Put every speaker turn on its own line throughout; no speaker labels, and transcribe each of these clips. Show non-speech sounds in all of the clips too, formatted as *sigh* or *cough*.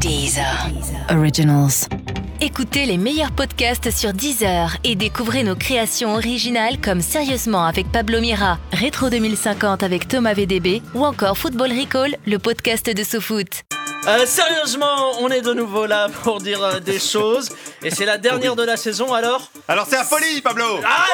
Deezer. Originals. Écoutez les meilleurs podcasts sur Deezer et découvrez nos créations originales comme Sérieusement avec Pablo Mira, Rétro 2050 avec Thomas VDB ou encore Football Recall, le podcast de SoFoot.
Euh, sérieusement, on est de nouveau là pour dire euh, des choses. Et c'est la dernière de la saison, alors
Alors c'est la folie, Pablo
Ah,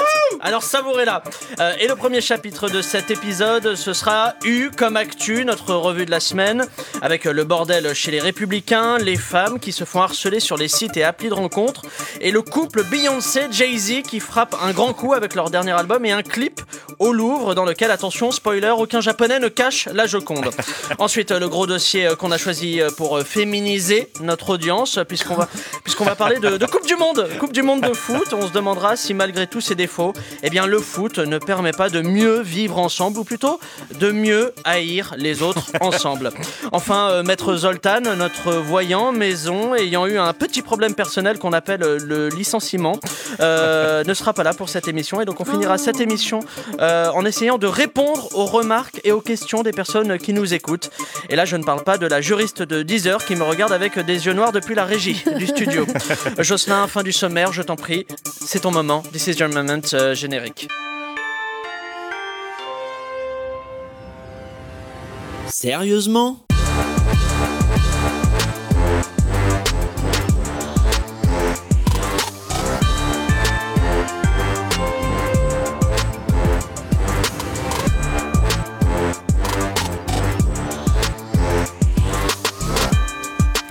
Alors savourez-la Euh, Et le premier chapitre de cet épisode, ce sera U comme actu, notre revue de la semaine, avec euh, le bordel chez les républicains, les femmes qui se font harceler sur les sites et applis de rencontres, et le couple Beyoncé-Jay-Z qui frappe un grand coup avec leur dernier album et un clip au Louvre dans lequel, attention, spoiler, aucun japonais ne cache la Joconde. Ensuite, euh, le gros dossier euh, qu'on a choisi euh, pour euh, féminiser notre audience, euh, puisqu'on va, puisqu'on va parler de, de Coupe du Monde. Coupe du Monde de foot, on se demandera si malgré tous ses défauts, eh bien, le foot ne permet pas de mieux vivre ensemble, ou plutôt de mieux haïr les autres ensemble. Enfin, euh, Maître Zoltan, notre voyant maison, ayant eu un petit problème personnel qu'on appelle euh, le licenciement, euh, ne sera pas là pour cette émission. Et donc, on finira cette émission euh, en essayant de répondre aux remarques et aux questions des personnes qui nous écoutent. Et là, je ne parle pas de la juriste de 10 heures qui me regarde avec des yeux noirs depuis la régie du studio. Jocelyn, fin du sommaire, je t'en prie. C'est ton moment. This is your moment euh, générique.
Sérieusement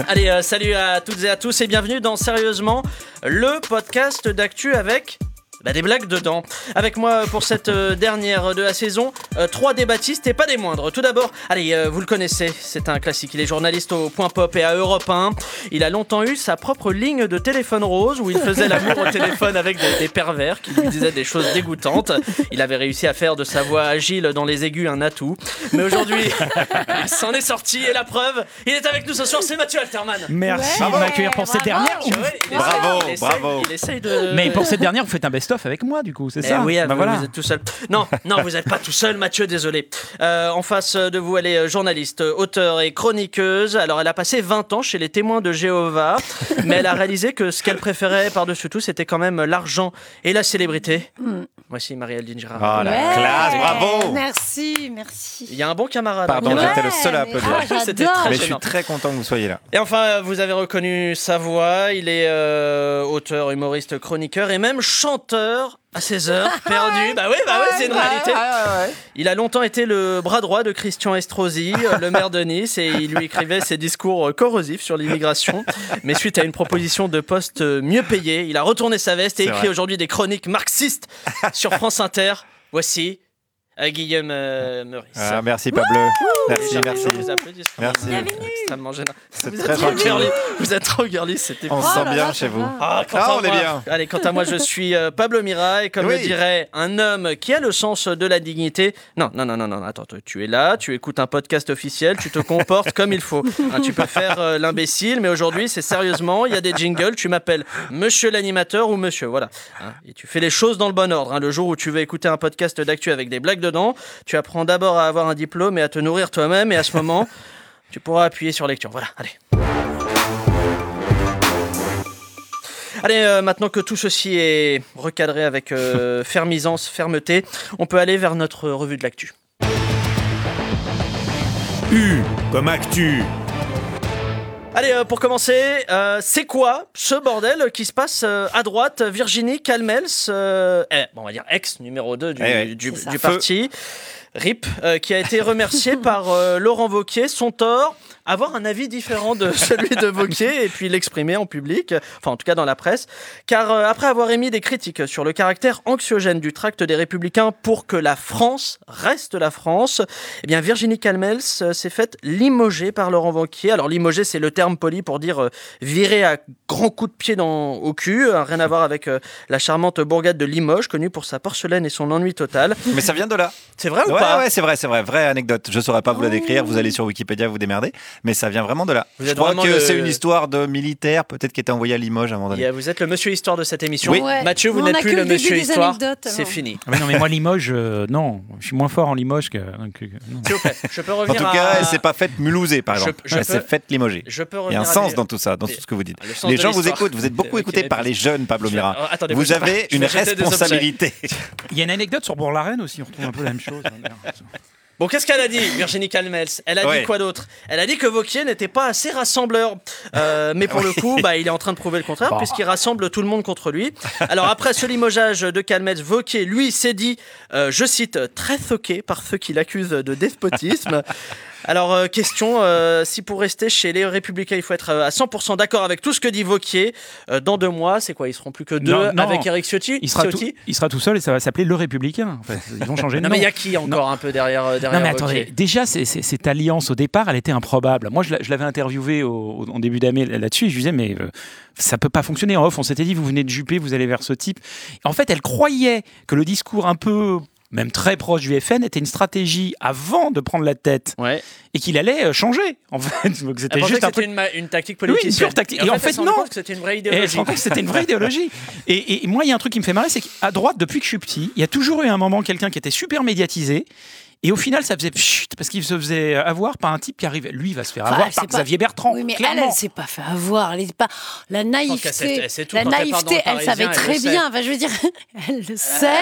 Allez, euh, salut à toutes et à tous et bienvenue dans Sérieusement, le podcast d'actu avec bah, des blagues dedans. Avec moi euh, pour cette euh, dernière de la saison, euh, trois débattistes et pas des moindres. Tout d'abord, allez, euh, vous le connaissez, c'est un classique. Il est journaliste au Point Pop et à Europe 1. Il a longtemps eu sa propre ligne de téléphone rose où il faisait l'amour au téléphone avec des, des pervers qui lui disaient des choses dégoûtantes. Il avait réussi à faire de sa voix agile dans les aigus un atout. Mais aujourd'hui, *laughs* il s'en est sorti et la preuve, il est avec nous ce soir, c'est Mathieu Alterman.
Merci de m'accueillir pour cette dernière.
Ouais, il essaye-
Bravo,
il essaye-
bravo.
Il essaye de.
Mais pour cette dernière, vous faites un best-of avec moi, du coup, c'est
Eh
ça
oui,
Bah
vous,
voilà.
vous êtes tout seul. Non, non, vous n'êtes pas tout seul, Mathieu, désolé. Euh, en face de vous, elle est euh, journaliste, euh, auteure et chroniqueuse. Alors, elle a passé 20 ans chez les témoins de
*laughs*
Jéhovah, mais elle a réalisé que ce qu'elle préférait par-dessus tout, c'était quand même l'argent et la célébrité.
Mm.
Voici Marie-Aldine Girard.
Oh la classe, bravo
Merci,
Il
merci.
y a un bon camarade.
Pardon,
hein.
Ouais,
j'étais le seul à
mais-
applaudir.
Ah,
C'était
j'adore.
très
Mais je
gênant.
suis très content que vous soyez là.
Et enfin, euh, vous avez reconnu sa voix. Il est euh, auteur, humoriste, chroniqueur et même chanteur à 16 heures perdu. Bah oui, bah oui, c'est une réalité. Il a longtemps été le bras droit de Christian Estrosi, euh, le maire de Nice, et il lui écrivait ses discours euh, corrosifs sur l'immigration. Mais suite à une proposition de poste euh, mieux payé, il a retourné sa veste et
C'est
écrit
vrai.
aujourd'hui des chroniques marxistes sur France Inter. Voici euh, Guillaume euh, Meurice.
Ah, merci Pablo.
Les
Merci,
gens-
merci.
les gens vous applaudissent.
Merci.
C'est extrêmement gênant.
C'est
Vous
très
êtes trop
gentil.
girly. Vous êtes trop girly, c'était
On
Oh
se sent
là
bien
là,
chez
ça
vous.
va.
Ah, quant
Ah,
à
on est
moi-
bien.
Allez, quant à moi, je suis euh, Pablo Mira et comme
Oui.
le dirait un homme qui a le sens de la dignité. Non, non, non, non, non, attends, tu- tu es là, tu écoutes un podcast officiel, tu te comportes comme il faut. Hein, tu peux faire euh, l'imbécile, mais aujourd'hui, c'est sérieusement, il y a des jingles, tu m'appelles monsieur l'animateur ou monsieur, voilà. Hein, et tu fais les choses dans le bon ordre. hein. Le jour où tu veux écouter un podcast d'actu avec des blagues dedans, tu apprends d'abord à avoir un diplôme et à te nourrir toi-même, et à ce moment, tu pourras appuyer sur lecture. Voilà, allez. Allez, euh, maintenant que tout ceci est recadré avec euh, fermisance, fermeté, on peut aller vers notre revue de l'actu. Ah,
U comme actu.
Allez, euh, pour commencer, euh, c'est quoi ce bordel qui se passe euh, à droite Virginie Calmels, euh, eh, bon, on va dire ex numéro 2 du,
Eh ouais,
du-
c'est ça.
du
Feu.
parti, RIP, euh, qui a été
*laughs*
remercié par euh, Laurent Vauquier, son tort, avoir un avis différent de celui de Vauquier et puis l'exprimer en public, euh, enfin en tout cas dans la presse, car euh, après avoir émis des critiques sur le caractère anxiogène du tract des Républicains pour que la France reste la France, eh bien, Virginie Calmels euh, s'est faite limoger par Laurent Vauquier. Alors, limoger, c'est le terme poli pour dire euh, virer à grands coups de pied dans, au cul. Euh, rien à voir avec euh, la charmante bourgade de Limoges, connue pour sa porcelaine et son ennui total.
Mais ça vient de là.
C'est vrai ou
Ah,
Ouais,
pas
Oh.
ouais, c'est vrai, c'est vrai. Vraie anecdote. Je saurais pas vous la décrire. Vous allez sur Wikipédia, vous démerdez. mais ça vient vraiment de là.
Vous
Je
êtes
crois
vraiment
que
le-
c'est une histoire de militaire, peut-être qui était envoyé à Limoges avant
Il
d'aller.
y a- euh, Vous êtes le monsieur histoire de cette émission.
Oui.
Ouais.
Mathieu, vous
On
n'êtes
a
plus
que
le,
le début
monsieur
des
histoire.
anecdotes,
C'est
alors.
*laughs*
fini.
Ah, mais non, mais moi, Limoges, euh, non. Je suis moins fort en Limoges que. que- que- non.
S'il vous plaît, je peux
En
revenir
tout
à-
cas, elle s'est pas faite mulhousée, par
Je-
exemple.
je
elle s'est
peux-
faite limogée.
Je peux
Il y a
revenir
un
à
sens
mes-
dans tout ça, dans tout ce que vous dites.
Le sens
Les
de
gens vous
l'histoire. Euh,
écoutent, vous êtes beaucoup
C'est-
écoutés
c'est-
par les jeunes, Pablo
Je-
Mira.
Euh, Attendez,
vous
je-
avez
je
une
vais jeter des
responsabilité.
Il y a une anecdote sur Bourg-la-Reine aussi, on retrouve un peu la même chose.
Bon, qu'est-ce qu'elle a dit, Virginie Calmels Elle a
Ouais.
dit quoi d'autre Elle a dit que Vauquier n'était pas assez rassembleur. Euh, mais
*laughs*
pour le coup, bah, il est en train de prouver le contraire,
Bon.
puisqu'il rassemble tout le monde contre lui. Alors, après ce limogeage de Calmels, Vauquier, lui, s'est dit, euh, je cite, très foqué par ceux qui l'accusent de despotisme. *laughs* Alors, euh, question euh, si pour rester chez les Républicains, il faut être euh, à 100% d'accord avec tout ce que dit Vauquier, euh, dans deux mois, c'est quoi Ils seront plus que deux
Non, non.
avec Eric Ciotti
Il sera, tout,
Ciotti
il sera tout seul et ça va s'appeler Le Républicain. en fait. Ils
*laughs*
vont changer de
Non,
nom.
mais il y a qui encore un peu derrière, euh, derrière
Non mais
Wauquiez
attendez, déjà c'est- c'est- cette alliance au départ, elle était improbable. Moi je l'a- je l'avais interviewé au, au- en début d'année là-dessus, et je lui disais mais euh, ça peut pas fonctionner. En off, on s'était dit vous venez de Juppé, vous allez vers ce type. En fait, elle croyait que le discours un peu même très proche du FN était une stratégie avant de prendre la tête
Ouais.
et qu'il allait euh, changer. En fait, *laughs* Donc,
Elle
c'était
pensait
juste
que
un
c'était
truc.
une, ma- une tactique
une pure
politique.
tactique. Et en fait, non.
que c'était une vraie
Et elle
idéologie.
se rend compte que c'était une vraie idéologie. Et, et- et moi, il y a un truc qui me fait marrer, c'est qu'à droite, depuis que je suis petit, il y a toujours eu un moment quelqu'un qui était super médiatisé. Et au final, ça faisait pchut, parce qu'il se faisait avoir par un type qui arrivait. Lui, il va se faire
Enfin,
avoir
elle
par
s'est pas-
Xavier Bertrand.
Oui, mais elle,
clairement.
elle s'est pas fait avoir. Elle est pas... La
pense qu'elle sait-
naïveté,
elle sait tout.
la
Quand elle part dans le
naïveté, elle
Parisien,
savait
elle
très
le sait. Euh,
bien. Enfin, je veux dire, *laughs* elle le sait.
Ouais,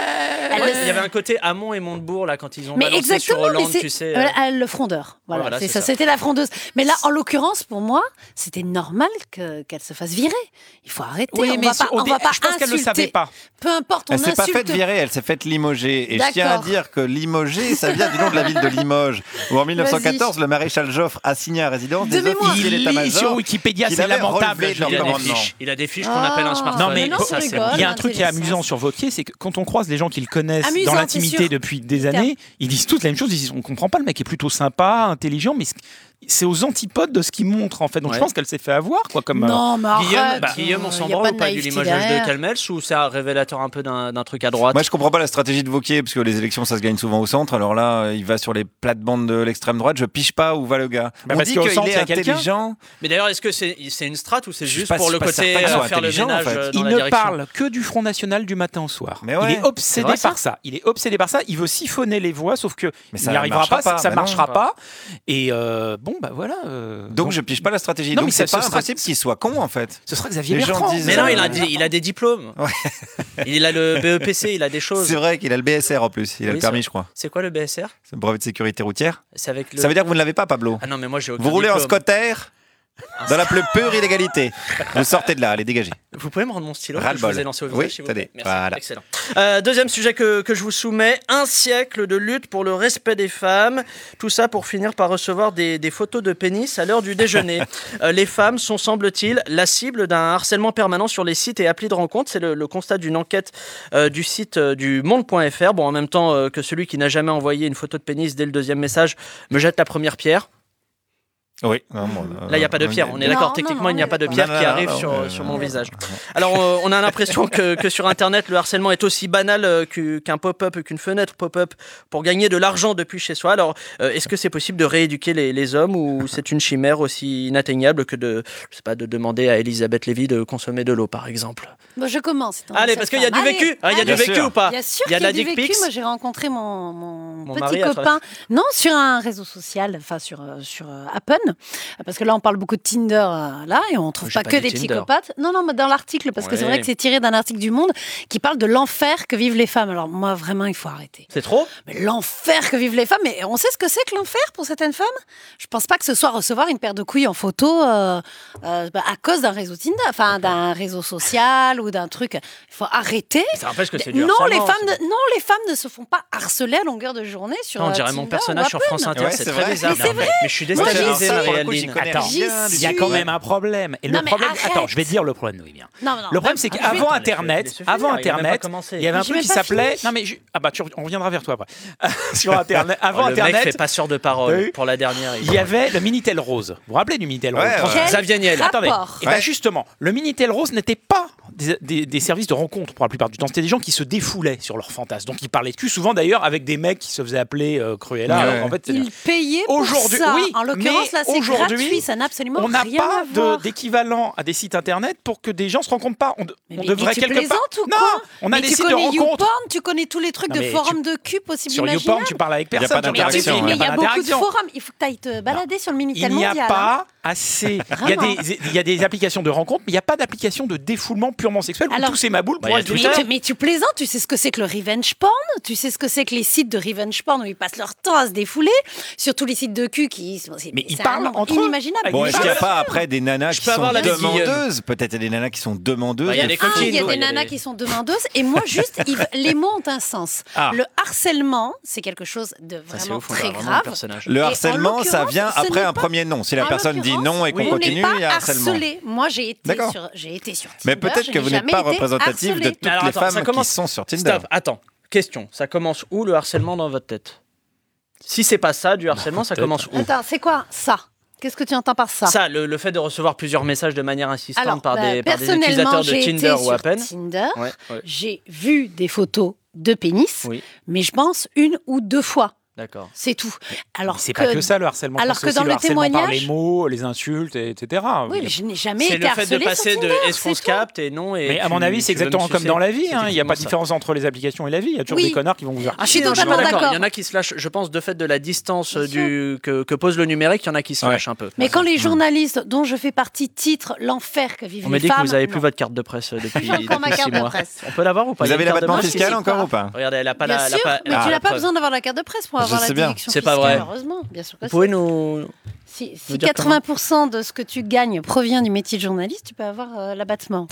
Elle le
Il y avait un côté Hamon et Montebourg là quand ils ont
Mais
balancé sur
exactement, mais
Hollande,
c'est
tu sais. euh,
voilà, elle, le frondeur. Voilà,
Voilà,
c'est
c'est
ça.
ça.
C'était la frondeuse. Mais là, en l'occurrence, pour moi, c'était normal que- qu'elle se fasse virer. Il faut arrêter.
Oui,
on
mais
va
sur-
pas,
au
on
dé-
va pas
je pense qu'elle le
insulter.
savait pas.
Peu importe, on
Elle s'est
insulte.
pas faite virer, elle s'est faite limoger. Et je tiens à
D'accord.
dire que limoger, ça vient du nom de la ville de Limoges, où en 1914, le maréchal Joffre assigna à résidence
De
des
mémoire.
officiers
Il lit sur
d'état-major.
Wikipédia,
qu'il
c'est
avait
lamentable.
relevé
je
leur
il,
veux
a
dire.
des
Normalement.
fiches, il a des fiches qu'on appelle un
Ah.
smartphone.
Non, mais
non,
ça,
on
c'est
rigole.
Il y a un truc qui est
intéressant.
amusant sur Vauquier, c'est que quand on croise des gens qu'ils connaissent dans
Amusant, c'est
l'intimité
sûr.
depuis des
Putain.
années, ils disent toutes la même chose. Ils disent, on comprend pas, le mec est plutôt sympa, intelligent, mais c'est- c'est aux antipodes de ce qu'il montre en fait. Donc
Ouais.
je pense qu'elle s'est fait avoir quoi comme. euh,
Non, mais
Guillaume,
arrête.
bah, Guillaume, on s'en
Il y a
branle ou
de
pas du
naïveté
limogeage de
derrière.
Calmels ou c'est un révélateur un peu d'un d'un truc à droite
Moi, je comprends pas la stratégie de Vauquier, parce que les élections, ça se gagne souvent au centre. Alors là, il va sur les plates-bandes de l'extrême droite. Je piche pas où va le gars.
Bah,
On
parce
dit
qu'au
qu'il
centre, il
est
y a quelqu'un.
intelligent.
Mais d'ailleurs, est-ce que c'est c'est une strate ou c'est
Je suis
juste
pas-
pour le
je suis pas
côté
certain qu'ils
euh,
soient
faire le
intelligents, en
ménage
fait.
euh, dans
Il
la
ne
direction
parle que du Front National du matin au soir.
Mais ouais.
il est obsédé
C'est vrai,
par ça. Il est obsédé par ça. Il veut siphonner les voix, sauf que
Mais
il
ça
n'y arrivera
marchera
pas, ça-
pas,
ça
bah
ne
non.
marchera pas. Et euh, bon, bah voilà. euh,
Donc, je piche pas la stratégie.
Non,
Donc,
mais
c'est
ça-
pas
ce sera-
impossible qu'il soit con, en fait.
ce sera Xavier
Les gens
Bertrand.
disent,
Mais non, il a,
Euh,
des- il a des diplômes. Il a le BEPC, il a des choses.
*laughs* C'est vrai qu'il a le BSR en plus. Il a
Oui, c'est
le
vrai.
permis, je crois.
C'est quoi le BSR
C'est le brevet de sécurité routière.
C'est avec le.
Ça veut dire que vous ne l'avez pas, Pablo.
Ah non, mais moi j'ai aucun
Vous roulez en
diplôme.
scotter dans la plus pure illégalité. Vous sortez de là, allez, dégagez.
Vous pouvez me rendre mon stylo que je
Ras-le-bol.
vous ai lancé au visage,
Oui,
s'il vous plaît
tenez,
Merci.
voilà.
Excellent. Euh, deuxième sujet que, que je vous soumets un siècle de lutte pour le respect des femmes. Tout ça pour finir par recevoir des, des photos de pénis à l'heure du déjeuner.
*laughs*
Euh, les femmes sont, semble-t-il, la cible d'un harcèlement permanent sur les sites et applis de rencontres. C'est le, le constat d'une enquête euh, du site euh, du monde.fr. Bon, en même temps euh, que celui qui n'a jamais envoyé une photo de pénis dès le deuxième message me jette la première pierre.
Oui. Non, bon, euh,
Là, il n'y a pas de pierre. On est
Non,
d'accord.
non,
Techniquement,
non,
il n'y a
on
pas de
est
pierre
Non, non,
qui
non,
arrive
non,
sur,
euh,
sur mon
non,
visage. Alors, euh, on a l'impression que, que sur Internet, le harcèlement est aussi banal euh, que- qu'un pop-up, qu'une fenêtre pop-up pour gagner de l'argent depuis chez soi. Alors, euh, est-ce que c'est possible de rééduquer les, les hommes ou c'est une chimère aussi inatteignable que de, je sais pas, de demander à Elisabeth Lévy de consommer de l'eau, par exemple
Bon, je commence. hein, étant
Allez,
une
parce
seule
qu'il y a du
femme.
vécu. Ah, Il y a
Allez,
du
Bien
vécu
sûr.
ou pas
Bien sûr
Il y a de la
du
dick
vécu.
pics
Moi, j'ai rencontré mon, mon
Mon mari
petit
à travers-
copain. Non, sur un réseau social, enfin sur, euh, sur euh, Appen. Parce que là, on parle beaucoup de Tinder, euh, là, et on trouve
J'ai
pas,
pas
que
dit
des
Tinder.
psychopathes. Non, non, mais dans l'article, parce que c'est
Ouais.
vrai que c'est tiré d'un article du Monde qui parle de l'enfer que vivent les femmes. Alors, moi, vraiment, il faut arrêter.
C'est trop
Mais l'enfer que vivent les femmes, mais on sait ce que c'est que l'enfer pour certaines femmes Je pense pas que ce soit recevoir une paire de couilles en photo euh, euh, bah, à cause d'un réseau Tinder, enfin d'un réseau social ou d'un truc. Il faut arrêter.
Ça rappelle que c'est du
Non, les
harcèlement,
femmes
c'est-
ne, non, les femmes ne se font pas harceler à longueur de journée sur.
Putain, on
euh,
dirait mon
Tinder
personnage
ou
sur
Appen.
France Inter,
Ouais,
c'est
c'est
très
vrai.
bizarre.
Mais c'est
mais, je suis
Moi, j'y
déstabilisé,
suis.
Marie-Aline.
Attends,
J'y
il y a quand même un problème. Et
Non,
le
mais
problème,
arrête.
attends, je vais dire le problème, oui bien.
Non, mais non,
Le problème, c'est
Ah, même-
qu'avant
Attends,
Internet,
laissez- laissez
avant
finir, il a même pas
Internet,
commencé.
il y avait un
Mais j'ai
truc qui
même pas
s'appelait.
fini.
Non mais je- ah bah tu- on reviendra vers toi après. *laughs*
*laughs*
Sur Internet, avant
Oh, le mec fait
Internet,
passeur de parole
Oui.
pour la dernière.
il y avait le minitel rose. Vous vous rappelez du minitel
Ouais,
rose
ouais.
euh, Xavier Niel.
Rapport.
Attendez. Et ben
Ouais.
justement, le minitel rose n'était pas des, des- des services de rencontre pour la plupart du temps. C'était des gens qui se défoulaient sur leurs fantasmes. Donc ils parlaient de cul, souvent d'ailleurs avec des mecs qui se faisaient appeler euh, Cruella.
Ouais.
alors qu'en fait, c'est-
Ils payaient pour
Aujourd'hui-
ça.
oui,
en l'occurrence,
mais
là, c'est
aujourd'hui,
gratuit. Ça n'a absolument
on n'a
rien
pas
à voir.
de- d'équivalent à des sites internet pour que des gens se rencontrent pas. On, de-
Mais-
on
mais
devrait
tu
quelque part.
plaisantes ou
non,
quoi
on a
mais
des
tu
sites de
connais
rencontres.
YouPorn, tu connais tous les trucs
Non,
de
mais
forums de cul possibles
Sur YouPorn,
imaginables.
tu parles avec
Il y a
personne.
pas
tu regardes des
d'interaction,
films,
hein.
Mais
il
il
n'y
y
a pas
a beaucoup de
d'interaction.
forums. Il faut que tu ailles te balader sur le Minitel
Il n'y
mondial.
a
hein.
pas assez. Il y, a
Vraiment.
des, il y a des applications de rencontres, mais il n'y a pas d'application de défoulement purement sexuel où
Alors-
tous ces maboules
Bah,
pourraient
il y a
se
Mais
faire.
tu, mais tu plaisantes, tu sais ce que c'est que le revenge porn, tu sais ce que c'est que les sites de revenge porn où ils passent leur temps à se défouler, surtout les sites de cul qui. sont- c'est-
Mais ils
c'est un
parlent
nombre
entre eux.
inimaginable.
Bon,
Bon, est-ce qu'il n'y a
Je-
pas après des nanas
Je
qui
peux
sont
avoir la vie de Guillaume.
demandeuses Peut-être il y a des nanas qui sont demandeuses.
Bah, il y a
de
des
filles.
Ah, il y a
coquines,
des
ouais,
nanas
les-
qui sont demandeuses et moi juste Yves, les mots ont un sens.
Ah.
Le harcèlement, c'est quelque chose de vraiment très grave.
Le
en
harcèlement, ça
l'occurrence,
vient
ce
après
n'est
un
pas-
premier non. Si la
en
personne dit
l'occurrence,
non et qu'on
on n'est
continue,
pas
il y a harcèlement.
harcelé. Moi, j'ai été
D'accord.
sur, j'ai été sur Tinder.
Mais peut-être
je
que
n'ai
vous n'êtes
jamais
pas
été
représentatif de
harcelée.
toutes
alors,
les
attends, ça
femmes qui
commence-
sont sur Tinder.
Stop, attends. Question. Ça commence où le harcèlement dans votre tête Si c'est pas ça, du harcèlement, ça
peut-être.
commence où
Attends, c'est quoi ça Qu'est-ce que tu entends par ça
Mmh. Ça, le, le fait de recevoir plusieurs messages de manière insistante par,
bah,
des, par des
personnellement,
utilisateurs de
j'ai été
Tinder ou
sur
à peine.
Tinder,
Ouais, ouais.
j'ai vu des photos de pénis,
Oui.
mais je pense une ou deux fois,
D'accord.
c'est tout.
Alors
Alors
c'est
que,
pas que ça le harcèlement.
alors
c'est
que
aussi
dans le
harcèlement par
témoignage-
les mots, les insultes, et- etc.
oui, mais je n'ai jamais
C'est
été
le fait de
harcelée sur
passer de
Tinder,
est-ce qu'on
c'est
se
tout.
capte et non. Et
Mais à
tu-
mon avis, c'est
tu veux me
exactement comme
sucer
dans la vie.
C'est
hein, Il n'y a pas de
exactement ça.
différence entre les applications et la vie. Il y a toujours
Oui.
des connards qui vont vous. hein,
Ah, je suis
Non,
totalement
je suis
d'accord.
Il y en a qui se lâchent, je pense, de fait de la distance
Bien
euh, du, que, que pose le numérique, il y en a qui se
Ouais.
lâchent un peu.
Mais quand les journalistes dont je fais partie titrent l'enfer que vivent
Mmh. On
les
m'a dit que
femmes,
vous n'avez plus
non.
votre carte de presse euh, depuis,
J'ai encore ma
depuis six
carte de
mois.
presse.
On peut l'avoir ou pas Il
Vous
y a
avez
une carte de
l'abattement
presse
fiscal
sais
encore
pas.
ou pas
Regardez, elle n'a pas
Bien
la. elle a
sûr,
pas- elle
mais
a
tu n'as pas
la preuve.
besoin d'avoir la carte de presse pour
Je
avoir la
sais bien.
déduction
C'est pas
fiscale,
vrai.
Heureusement, bien sûr que
Vous
si.
pouvez nous.
Si, si
nous dire
80% de ce que tu gagnes provient du métier de journaliste, tu peux avoir euh, l'abattement.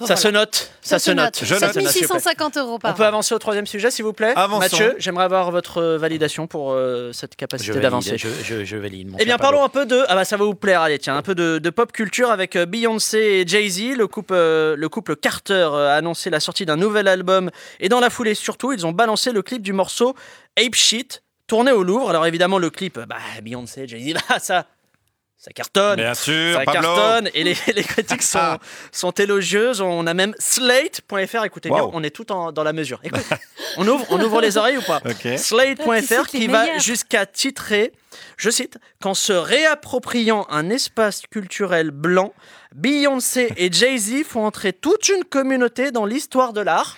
Enfin,
Ça
voilà.
se note. Ça se note.
Je note.
7650 euros
On
par
peut
an.
avancer au troisième sujet, s'il vous plaît.
Avançons.
Mathieu, j'aimerais avoir votre euh, validation pour euh, cette capacité d'avancer.
Je, valide.
Eh bien, parlons un peu de. Ah bah, ça va vous plaire, allez, tiens, un peu de, de pop culture avec euh, Beyoncé et Jay-Z. Le couple, euh, le couple Carter euh, a annoncé la sortie d'un nouvel album et dans la foulée, surtout, ils ont balancé le clip du morceau Ape Shit, tourné au Louvre. Alors, évidemment, le clip, euh, bah, Beyoncé, Jay-Z, *laughs* bah, ça. Ça cartonne.
Bien sûr,
ça
Pablo. Ah.
cartonne et les, *laughs* les critiques sont, sont élogieuses. On a même slate.fr. Écoutez bien,
Wow.
on est tout en, dans la mesure.
*laughs*
Écoute, on, ouvre, on ouvre les oreilles ou pas
Ok.
Slate.fr
Patrick,
qui
les
va
meilleurs.
jusqu'à titrer, je cite, qu'en se réappropriant un espace culturel blanc, Beyoncé et Jay-Z font entrer toute une communauté dans l'histoire de l'art.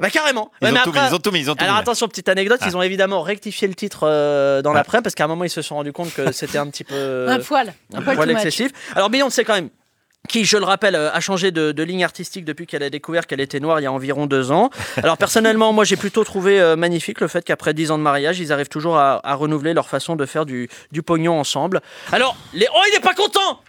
Bah carrément.
Ils
Ouais, mais
ont tout mis,
après-
ils ont tout mis, ils ont tout
alors
mis.
attention, petite anecdote, ils ont évidemment rectifié le titre euh, dans
Ah.
l'après parce qu'à un moment ils se sont rendus compte
*laughs*
que c'était un petit peu
Un poil.
euh, un poil excessif. Alors Beyoncé quand même qui, je le rappelle, euh, a changé de, de ligne artistique depuis qu'elle a découvert qu'elle était noire il y a environ deux ans. Alors personnellement, moi j'ai plutôt trouvé euh, magnifique le fait qu'après dix ans de mariage, ils arrivent toujours à, à renouveler leur façon de faire du, du pognon ensemble. Alors, les... oh, il n'est pas content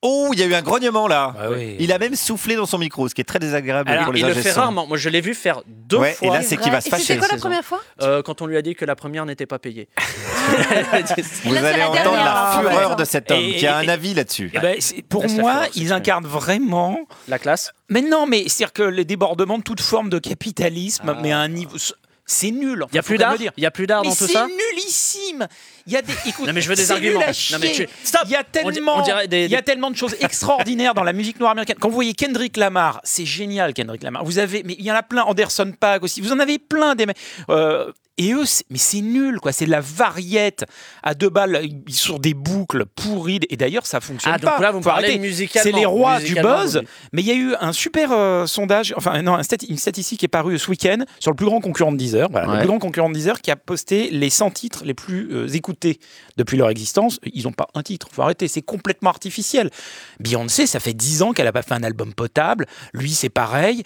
Oh, il y a eu un grognement là.
Ah oui.
Il a même soufflé dans son micro, ce qui est très désagréable
Alors,
pour les
Il le fait
ingé son.
rarement. Moi je l'ai vu faire deux
Ouais, et
fois
là, c'est qu'il va se
Et c'était
fâcher.
quoi la
saison.
première fois
euh, quand on lui a dit que la première n'était pas *laughs* payée.
Vous
Là, c'est
allez
la
entendre la Ah,
dernière.
fureur de cet homme
Et-
qui a
et-
un avis là-dessus.
eh ben, pour
Laisse la
moi,
fleur
ils
s'exprimer.
incarnent vraiment.
La classe
Mais non, mais c'est-à-dire que les débordements de toute forme de capitalisme, mais à un niveau, c'est nul.
Il y a plus d'art. Il y a plus d'art
Mais
dans tout
c'est
ça.
nullissime. Il y a des. Écoute,
Non mais je veux des
c'est nul
arguments.
à
Non mais
chier.
tu- Stop.
Il y a
On di-
tellement,
on dirait des-
il y a
des-
tellement de choses extraordinaires dans la musique noire américaine. Quand vous voyez Kendrick Lamar, c'est génial Kendrick Lamar. Vous avez, mais il y en a plein, Anderson Paak aussi. Vous en avez plein des mecs. Euh, et eux, c'est- mais c'est nul quoi. C'est de la variette à deux balles ils sont sur des boucles pourries. Et d'ailleurs, ça fonctionne
Ah, donc
pas.
là, vous me
Faut
parlez
arrêter.
musicalement.
C'est les rois du
Musicalement,
buzz.
vous dites.
Mais il y a eu un super euh, sondage, enfin non, un stati- une statistique qui est parue ce week-end sur le plus grand concurrent de Deezer. Voilà,
Ouais.
Le plus grand concurrent de Deezer qui a posté les 100 titres les plus euh, écoutés depuis leur existence. Ils n'ont pas un titre, faut arrêter, c'est complètement artificiel. Beyoncé, ça fait 10 ans qu'elle n'a pas fait un album potable. Lui, c'est pareil.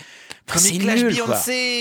Enfin, c'est nul, quoi.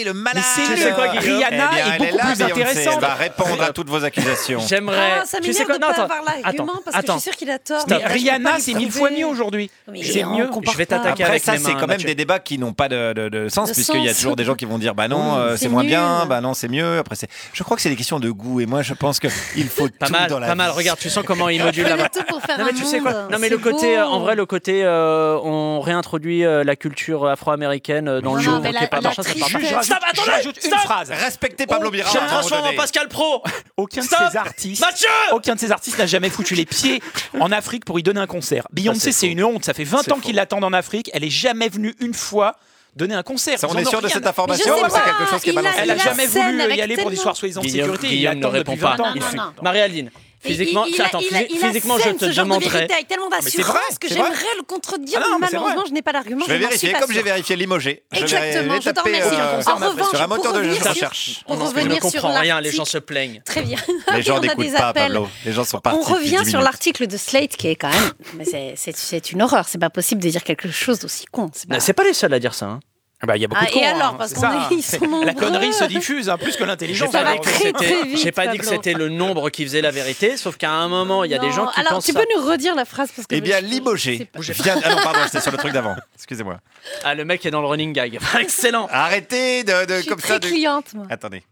le malade.
c'est
nul.
Eh
Rihanna Eh est beaucoup plus intéressante.
Elle va répondre à toutes vos accusations.
J'aimerais.
Ah, ça
tu sais
m'énerve de
quoi
ne
Non,
pas
attends.
avoir l'argument
Attends,
parce que
attends.
je suis sûr qu'il a tort.
Mais
Là, je peux pas
Rihanna,
lui
c'est mille fois
prouver.
mieux aujourd'hui.
Mais
C'est
on
mieux.
compare
Je vais
pas.
t'attaquer
Après,
avec
ça,
mes
c'est
mains,
quand même
Mathieu.
des débats qui n'ont pas de, de- de sens,
De
puisqu'il y a
sens.
toujours des gens qui vont dire bah non,
Oui,
euh, c'est
c'est
moins
nul.
bien, bah non, c'est mieux. Après, c'est. Je crois que c'est des questions de goût, et moi, je pense qu'il faut
Pas
tout
mal,
dans la
pas mal.
vie.
Regarde, tu sens comment il module
Prenez
là-bas.
tout pour faire
Non mais
un
tu sais quoi
monde.
Non mais le
C'est
côté,
beau.
euh, en vrai, le côté, euh, on réintroduit euh, la culture afro-américaine euh, dans
Non,
le
non,
Joe.
mais
ok,
la-
pardon,
la
ça, ça
triche-
marche pas.
Juste,
Stop,
rajoute-
attendez,
juste,
rajoute une
stop.
phrase.
Respectez Pablo Birra.
Je
à
me
un
transforme
moment
en
donné.
Pascal Pro
Aucun de
Stop
ces artistes.
Mathieu
Aucun de ces artistes n'a jamais foutu les pieds en Afrique pour y donner un concert. Beyoncé,
c'est
c'est
faux.
une honte. Ça fait
C'est
20 ans
faux.
qu'ils l'attendent en Afrique. Elle est jamais venue une fois donner un concert.
Ça,
Ils
on
en
est
ont
sûr de
rien
cette
à-
information
Mais
ou
je sais
c'est
pas,
quelque chose qui est
il a-
balancé
Elle a
la
jamais
scène
voulu
avec
y aller pour des
tellement-
soirées de
Guillaume,
sécurité.
Guillaume ne répond pas.
ans.
il
Non,
fuit.
non, non.
Marie-Aline, physiquement,
il, il,
tiens, attends,
il, a-
physi-
il a
physiquement, je
scène,
te
ce genre de
demanderai.
vérité avec tellement
c'est
d'assurance
vrai,
que
c'est vrai.
j'aimerais le contredire,
Ah non,
mais
mais c'est
malheureusement,
vrai.
je n'ai pas l'argument.
Je vais
n'en
vérifier,
suis pas
comme j'ai
sûre.
vérifié l'imogé. je vais
Exactement,
aller
je t'en
taper,
remercie.
euh,
en revanche,
sur un
pour
moteur de
revenir sur-
recherche.
Pour
On en- je ne
revenir sur
comprends rien, les gens
l'article-
se plaignent.
Très bien.
Les gens
*laughs* On a
n'écoutes
des
pas,
appels.
Pablo. Les gens sont partis.
On
depuis
revient
10
sur
minutes.
l'article de Slate qui est quand même. *laughs* mais c'est- c'est- C'est une horreur, c'est pas possible de dire quelque chose d'aussi con. c'est pas-
C'est pas les seuls à dire ça. hein.
Ah bah, il y a beaucoup de
Ah, et
cons,
alors,
hein,
parce
c'est
qu'on
ça,
est- ils
hein.
sont
La connerie
nombreux.
se diffuse, hein, plus que
J'ai
l'intelligence.
Ça va
pas, dit
alors.
que
très,
c'était-
très vite,
j'ai pas dit que
Pablo.
c'était le nombre qui faisait la vérité, sauf qu'à un moment, il y a des gens qui
Alors,
pensent
tu
ça.
peux nous redire la phrase parce que
Eh bien,
je-
limogé.
je sais pas.
Viens- Ah non, pardon, j'étais sur le truc d'avant. Excusez-moi.
Ah, le mec est dans le running gag. *laughs* Excellent.
Arrêtez de, de-
Je suis
comme
très
ça. de-
cliente, moi.
Attendez.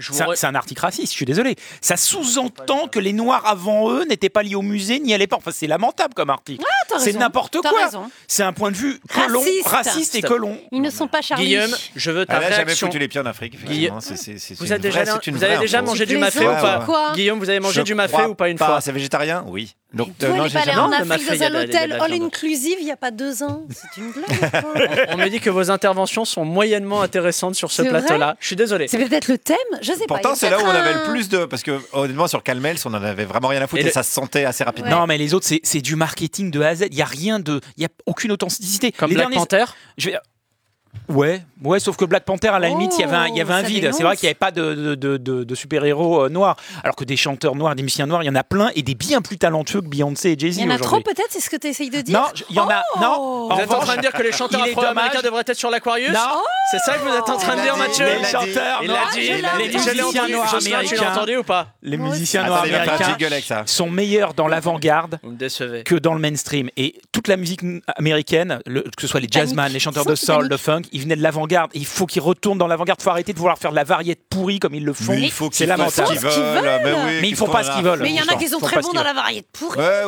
Je vous
C'est un-
re-
c'est un article raciste, je suis désolé. Ça sous-entend que les Noirs avant eux n'étaient pas liés au musée ni à l'époque. Enfin, c'est lamentable comme article.
t'as
c'est
raison,
n'importe
t'as
quoi.
raison.
C'est un point de vue colon,
Raciste.
raciste, et
Stop.
colon.
Ils ne sont pas Charlie.
Guillaume, je veux ta
Elle a jamais
réaction.
foutu les pieds en Afrique.
Guillaume,
effectivement. C'est- c'est- c'est- c'est
Vous
une
avez déjà,
vraie- c'est une
vous avez
vraie
déjà
info.
mangé
Tu
du mafé ou
plaisantes,
pas
quoi
Guillaume, vous avez mangé
Je
du mafé
crois
ou pas une fois
C'est végétarien Oui. Donc,
Toi,
euh,
elle
non,
n'est
j'ai
pas allée
jamais.
Non,
en
le
Afrique
mafia, il
dans
y a de
un
la- il y a de
hôtel
la
all
viande.
inclusive il n'y a pas deux ans. C'est une blague. quoi.
On me dit que vos interventions sont moyennement intéressantes sur ce
C'est vrai
plateau-là. Je suis désolé.
*laughs* C'est peut-être le thème, je sais pas. il y
Pourtant,
a
c'est là où on
peut-être
avait
un-
le plus de. Parce que, honnêtement, sur Calmels, on en avait vraiment rien à foutre
Et
et,
le-
ça se sentait assez rapidement.
Non, mais les autres, c'est c'est du marketing de A à Z. Il n'y a rien de. Il n'y a aucune authenticité.
Comme
les
Black
derniers-
Panther
Je vais- Ouais, ouais, sauf que Black Panther, à la
Oh,
limite, il y avait un, il y avait un
ça
vide.
dénonce.
C'est vrai qu'il n'y avait pas de, de- de- de- de super-héros euh, noirs. Alors que des chanteurs noirs, des musiciens noirs, il y en a plein et des bien plus talentueux que Beyoncé et Jay-Z
Il y en a trop
aujourd'hui.
peut-être, c'est ce que tu essayes de dire
Non, je- il y en a.
Oh
Non,
Vous
Vous
en
êtes en
revanche,
train de dire que les chanteurs
il est
afro-américains
dommage.
devraient être sur l'Aquarius
Non,
C'est ça que vous êtes en train de
Il
dire,
a dit,
Mathieu
il
les
a dit.
chanteurs
Il
noirs,
l'a dit, il
je
l'a
l'ai
dit.
entendu.
Je l'ai entendu,
Les musiciens
Jocelyn, tu l'as
noirs
entendu ou pas
les
Moi aussi.
musiciens
Ah,
noirs
ça, il va faire
américains
jingle avec ça.
sont meilleurs dans l'avant-garde
Vous me décevez.
que dans le mainstream. Et toute la musique n- américaine, le- que ce soit les jazzman,
Panique.
les chanteurs
Ils
de
sont
soul,
paniques.
de funk, ils venaient de l'avant-garde. Il faut qu'ils retournent dans l'avant-garde. Il faut arrêter de vouloir faire de la variété pourrie comme ils le font.
Mais il faut
C'est
qu'ils fassent ce
lamentable.
qu'ils
Ils font ce qu'ils
veulent.
veulent.
oui,
Mais ils font
qu'ils
pas
font
ce
la-
qu'ils veulent.
Mais il y en a
Franchement,
qui sont
faut
très
pas ce
bons
qu'ils
dans
veulent.
la variété pourrie.
Ouais,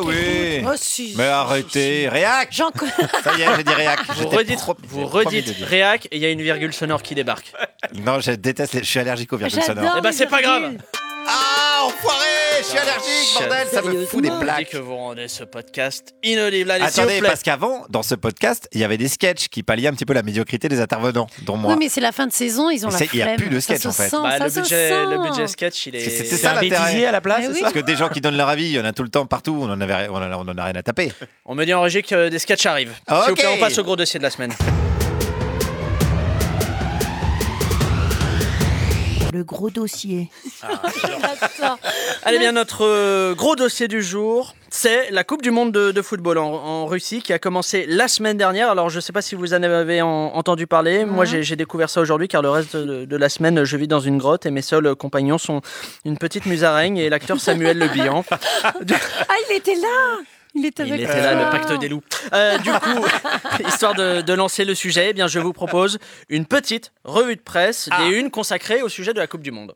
oui.
Oh, si,
Mais
si,
arrêtez.
si.
Réac
J'en connais.
Ça y est, j'ai dit réac.
Vous
J'étais
redites,
pro-
vous
promis de
redites
le dire.
réac et il y a une virgule sonore qui débarque.
Non, je déteste, les- je suis allergique aux virgules sonores.
J'adore.
Eh ben,
les
c'est pas
virgules.
Ah, enfoiré, je suis allergique, bordel, ça me fout des
Je vous dis
plaques.
que vous rendez ce podcast inaudible. Allez, s'il vous
Attendez,
plaît.
parce qu'avant, dans ce podcast, il y avait des sketchs qui palliaient un petit peu la médiocrité des intervenants, dont moi.
Oui, mais c'est la fin de saison, ils ont
Mais
la
c'est-
flemme.
il y a plus de sketch,
ça se
en fait.
sent,
Bah,
ça
le,
se
budget,
sent.
le budget
*laughs*
sketch, il est.
C'est- c'est
C'est
Ah, ça,
un
l'intérêt.
bêtisier à la place.
Mais
c'est
oui.
ça
Parce que des gens qui donnent leur avis, il y en a tout le temps, partout, on en, avait, on en a, on en a rien à taper.
On me dit en régie que des sketchs arrivent. S'il vous
Ah, Ok.
plaît, on passe au gros dossier de la semaine.
Le gros dossier.
Attends.
Allez bien, notre euh, gros dossier du jour, c'est la Coupe du Monde de, de football en, en Russie qui a commencé la semaine dernière. Alors, je ne sais pas si vous en avez en- entendu parler.
Mhm.
Moi, j'ai j'ai découvert ça aujourd'hui car le reste de, de la semaine, je vis dans une grotte et mes seuls compagnons sont une petite musaraigne et l'acteur Samuel Le Bihan.
Ah, il était là Il était
Il
avec
était là,
toi.
le pacte des loups. Euh, du coup,
*laughs*
histoire de, de lancer le sujet, eh bien, je vous propose une petite revue de presse des unes consacrée au sujet de la Coupe du Monde.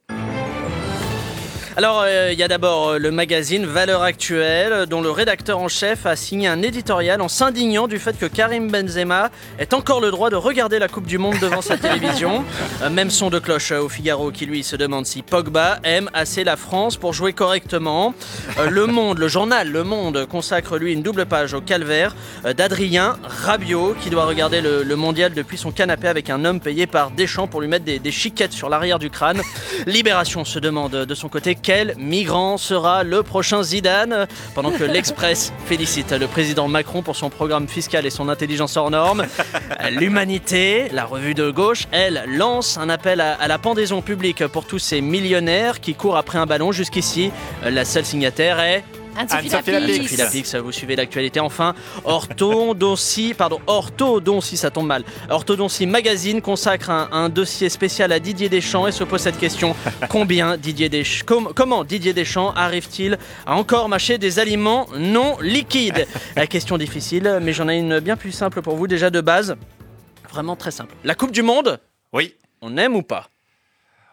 Alors, euh, il y a d'abord euh, le magazine Valeurs Actuelles, euh, dont le rédacteur en chef a signé un éditorial en s'indignant du fait que Karim Benzema ait encore le droit de regarder la Coupe du Monde devant
*laughs*
sa télévision. Euh, même son de cloche euh, au Figaro qui, lui, se demande si Pogba aime assez la France pour jouer correctement. Euh, le Monde, le journal Le Monde consacre, lui, une double page au calvaire euh, d'Adrien Rabiot, qui doit regarder le, le mondial depuis son canapé avec un homme payé par Deschamps pour lui mettre des, des chiquettes sur l'arrière du crâne. Libération se demande de son côté quel migrant sera le prochain Zidane pendant que l'Express félicite le président Macron pour son programme fiscal et son intelligence hors norme. L'Humanité, la revue de gauche, elle lance un appel à, à la pendaison publique pour tous ces millionnaires qui courent après un ballon jusqu'ici. Euh, La seule signataire est
Anne-Sophie
Lapix.
Sophie Lapix, vous suivez l'actualité. Enfin, orthodontie, *laughs* pardon, orthodontie, ça tombe mal. Orthodontie Magazine consacre un, un dossier spécial à Didier Deschamps et se pose cette question combien Didier Desch- com- comment Didier Deschamps arrive-t-il à encore mâcher des aliments non liquides La question difficile, mais j'en ai une bien plus simple pour vous déjà de base. Vraiment très simple. La Coupe du Monde,
Oui.
on aime ou pas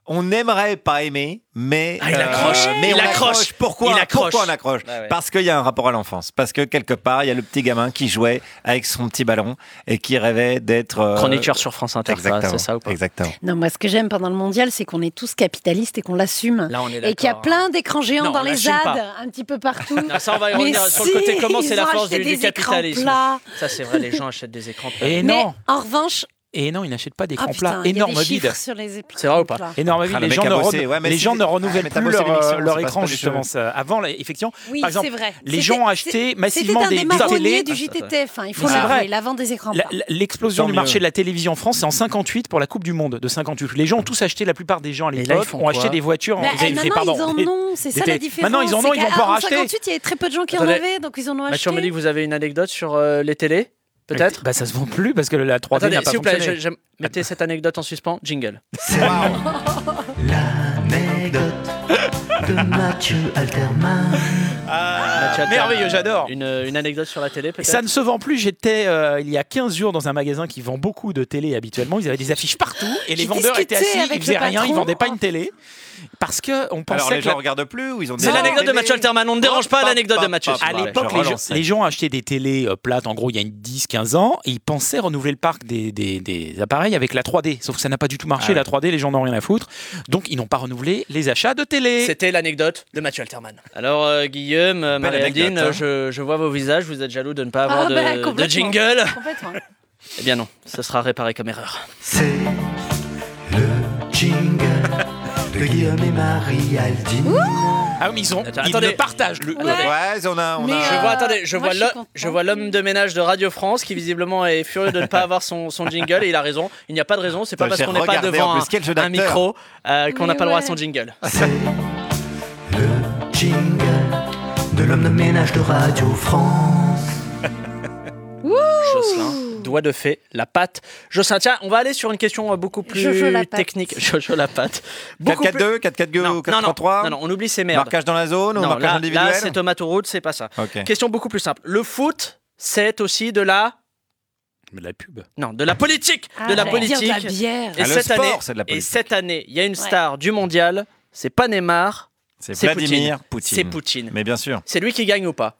on aimerait pas aimer, mais euh,
Ah, il accroche,
mais
il
on accroche.
accroche.
Pourquoi
Il accroche.
Pourquoi on accroche
Ah ouais.
Parce qu'il y a un rapport à l'enfance. Parce que quelque part, il y a le petit gamin qui jouait avec son petit ballon et qui rêvait d'être euh,
Chroniqueur sur France Inter, ça,
Exactement.
c'est ça ou pas
Exactement.
Non, moi, ce que j'aime pendant le mondial, c'est qu'on est tous capitalistes et qu'on l'assume.
Là, on est
Et qu'il y a
d'accord. hein.
plein d'écrans géants
Non, on
dans les
l'assume
ZAD,
pas.
un petit peu *laughs* partout.
Non, ça, on va y
Mais
revenir sur le
si,
côté comment c'est
ils
la
ont
force du,
acheté
du
des écrans
capitalisme.
plats.
Ça, c'est vrai, les gens achètent des écrans plats.
Et
Mais
non,
en revanche,
et non, ils n'achètent pas des
ah
grands
putain,
plats.
il y a
Énorme
des
vide.
chiffres sur les écrans.
C'est vrai ou pas
plats.
Énorme vide.
Ah, le mec
Les gens
a
ne
bossé.
renou-
Ouais, mais
les
c'est-
gens ne
Ah,
renouvellent
mais t'as
plus
bossé
leur,
l'émission,
euh, leur
c'est pas
écran,
ce que je
justement.
veux.
ça. Avant, là, effectivement,
Oui,
par exemple,
c'est vrai.
les
C'était-
gens achetaient
c'est-
massivement
c'était un
des-
des
des
marronniers
télés.
du JTTF, hein, il faut
Mais c'est
l'avouer,
vrai.
il avant des écrans
La-
plats.
la- L'explosion
Tant
du
mieux.
marché de la télévision en France, c'est en 58 pour la Coupe du Monde de 58. Les gens ont tous acheté, la plupart des gens à
là, ils
l'époque
font
ont acheté
quoi
des voitures. en-
Bah,
des-
eh,
des-
maintenant,
pardon,
ils en
des-
ont, c'est ça
des-
la différence.
Maintenant, ils en
c'est
ont, ils
qu'à-
vont pouvoir
en
racheter.
58, il y avait très peu de gens qui en
Attendez.
avaient, donc ils en ont
Mathieu, on me dit
acheté.
que vous avez une anecdote sur euh, les télés, peut-être
Bah, ça se vend plus parce que la 3D
Attendez,
n'a pas
s'il vous plaît,
fonctionné.
je- j'aime- mettez cette anecdote en suspens. Jingle.
L'anecdote de Mathieu Alterman.
Ah,
Mathieu Attal,
merveilleux, j'adore.
Une, euh, une anecdote sur la télé, peut-être
Ça ne se vend plus. J'étais euh, il y a 15 jours dans un magasin qui vend beaucoup de télé habituellement. Ils avaient des affiches partout et les
J'ai
vendeurs étaient
discuté
assis,
avec
ils faisaient
le
rien, ils
patron.
vendaient pas une télé parce que on pensait
Alors les
que
gens
la-
regardent plus ou ils ont
C'est
des-
l'anecdote de Mathieu Alterman. On ne dérange pas
Hop,
l'anecdote
hop,
de
hop,
Mathieu.
hop,
à
Ouais, je
l'époque, les, gens-
relance, ouais.
les gens achetaient des télés euh, plates, en gros, il y a une 10-15 ans, et ils pensaient renouveler le parc des, des- des appareils avec la 3D. Sauf que ça n'a pas du tout marché,
Ah ouais.
la 3D, les gens n'ont rien à foutre. Donc, ils n'ont pas renouvelé les achats de télé.
C'était l'anecdote de Mathieu Alterman. Alors, euh, Guillaume, euh,
Belle
Marie-Aldine,
anecdote, hein.
je, je vois vos visages, vous êtes jaloux de ne pas avoir
Ah,
de,
bah,
de
complètement.
jingle.
Complètement.
Eh bien non, ça sera réparé comme erreur.
C'est le jingle de Guillaume et Marie Aldine.
Ah oui, mais ils, ont,
Attends,
ils
attendez.
ne partagent le.
Ouais.
Ouais, on a, on
Mais,
a-
Je
Euh,
vois, attendez, je
moi,
vois
je
l'ho-
suis contente.
je vois l'homme de ménage de Radio France qui visiblement est furieux de ne pas avoir son, son jingle et il a raison. Il n'y a pas de raison, c'est pas parce
J'ai
qu'on n'est pas
regardé, en
devant
plus,
un-
quel jeu
un,
d'acteur.
micro euh, qu'on n'a
Mais
pas le droit à
ouais.
son jingle. Ah,
C'est le jingle de l'homme de ménage de Radio France.
Jocelyn, doigt de fée, la patte. Jocelyn, tiens, on va aller sur une question euh, beaucoup plus
Jojo la patte.
technique. Jojo la patte. Beaucoup plus-
4-4-2, 4-4-2
Non,
ou
non, non,
4-3
non, non, on oublie ces merdes.
Marquage dans la zone ou
Non,
marquage
là,
individuel
là, c'est tomate ou route, c'est pas ça.
Ok.
Question beaucoup plus simple. Le foot, c'est aussi de la
Mais de la pub.
non, de la politique, de la
Ah, j'allais dire
politique.
de la bière.
Et
Ah, le
cette
sport,
année,
c'est de la
et
politique.
cette année, il y a une star du mondial. C'est pas Neymar,
C'est
c'est
Vladimir Poutine.
Poutine. C'est Poutine.
Mais bien sûr.
C'est lui qui gagne ou pas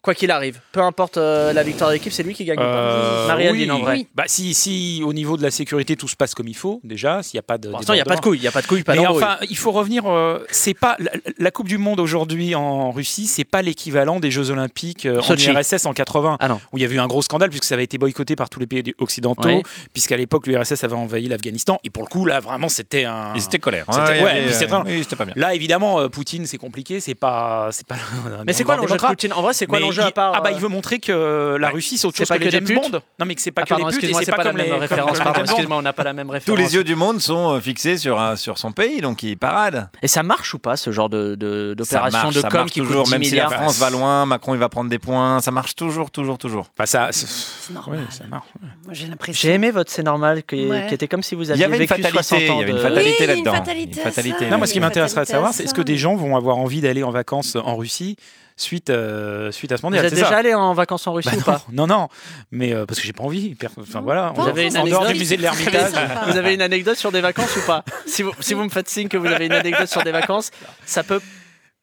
Quoi qu'il arrive, peu importe euh, la victoire de l'équipe, c'est lui qui gagne ou pas
Euh,
Marie-Aline, en vrai.
Oui.
Bah, si, si au niveau de la sécurité tout se passe comme il faut, déjà, s'il n'y a pas de.
Pour l'instant, il n'y a pas de
débordement.
couille, il n'y a pas de couille, pas
Mais
d'embrouille.
enfin, il faut revenir. euh, c'est pas la, la Coupe du Monde aujourd'hui en Russie, c'est pas l'équivalent des Jeux Olympiques euh, en
Sochi.
URSS en 80,
Ah non.
où il y avait eu un gros scandale puisque ça avait été boycotté par tous les pays occidentaux,
Ouais.
puisqu'à l'époque l'URSS avait envahi l'Afghanistan et pour le coup là vraiment c'était un.
Ils étaient
hein.
colères.
C'était- ouais, mais
euh,
c'était un-
oui, c'était pas bien.
Là évidemment euh, Poutine c'est compliqué, c'est pas c'est pas. *laughs*
Mais c'est quoi l'enjeu de
démocrate.
Poutine En vrai, c'est quoi
Mais
l'enjeu
il-
à part
Ah bah
euh,
il veut montrer que euh, la Russie c'est autre
C'est
chose
pas
que,
que
les
des
James
putes
Bond. Non mais que c'est pas
Ah,
que
pardon,
les putes et
excuse-moi,
c'est
c'est
pas,
pas la
comme les
même
comme-
référence.
comme les
Pardon,
James Bond.
excuse-moi, on n'a pas la même
Tous
référence.
les yeux du monde sont euh, fixés sur, un- sur son pays, donc il parade.
Et ça marche ou pas ce genre de- de-
Ça
d'opération
marche,
de,
ça
com
marche
qui
toujours,
coûte 10
même si la
milliards
France va loin, Macron il va prendre des points, ça marche toujours, toujours, toujours.
Bah, ça,
C'est
ouais,
normal.
ça marche.
Moi, j'ai l'impression.
J'ai aimé votre c'est normal qui,
Ouais.
qui était comme si vous
Il y
aviez
avait une
vécu 60
fatalité,
ans
il y avait une
de-
fatalité
Oui, il y a une
là-dedans.
fatalité à ça.
fatalité.
Non,
Oui,
moi, ce qui
il y a
m'intéresserait de
fatalité à
savoir,
ça,
c'est est-ce que des gens vont avoir envie d'aller en vacances en Russie suite, euh, suite à ce
Vous
mondial
êtes
c'est
déjà
ça
allé en vacances en Russie
Bah
ou pas
*laughs* non, non, non, mais euh, parce que j'ai pas envie. per- Enfin voilà,
Vous
on-
avez une
en dehors
anecdote
du musée de l'Ermitage.
Très sympa.
Vous avez une anecdote sur des vacances ou pas si vous, si vous me faites signe que vous avez une anecdote sur des vacances, ça peut,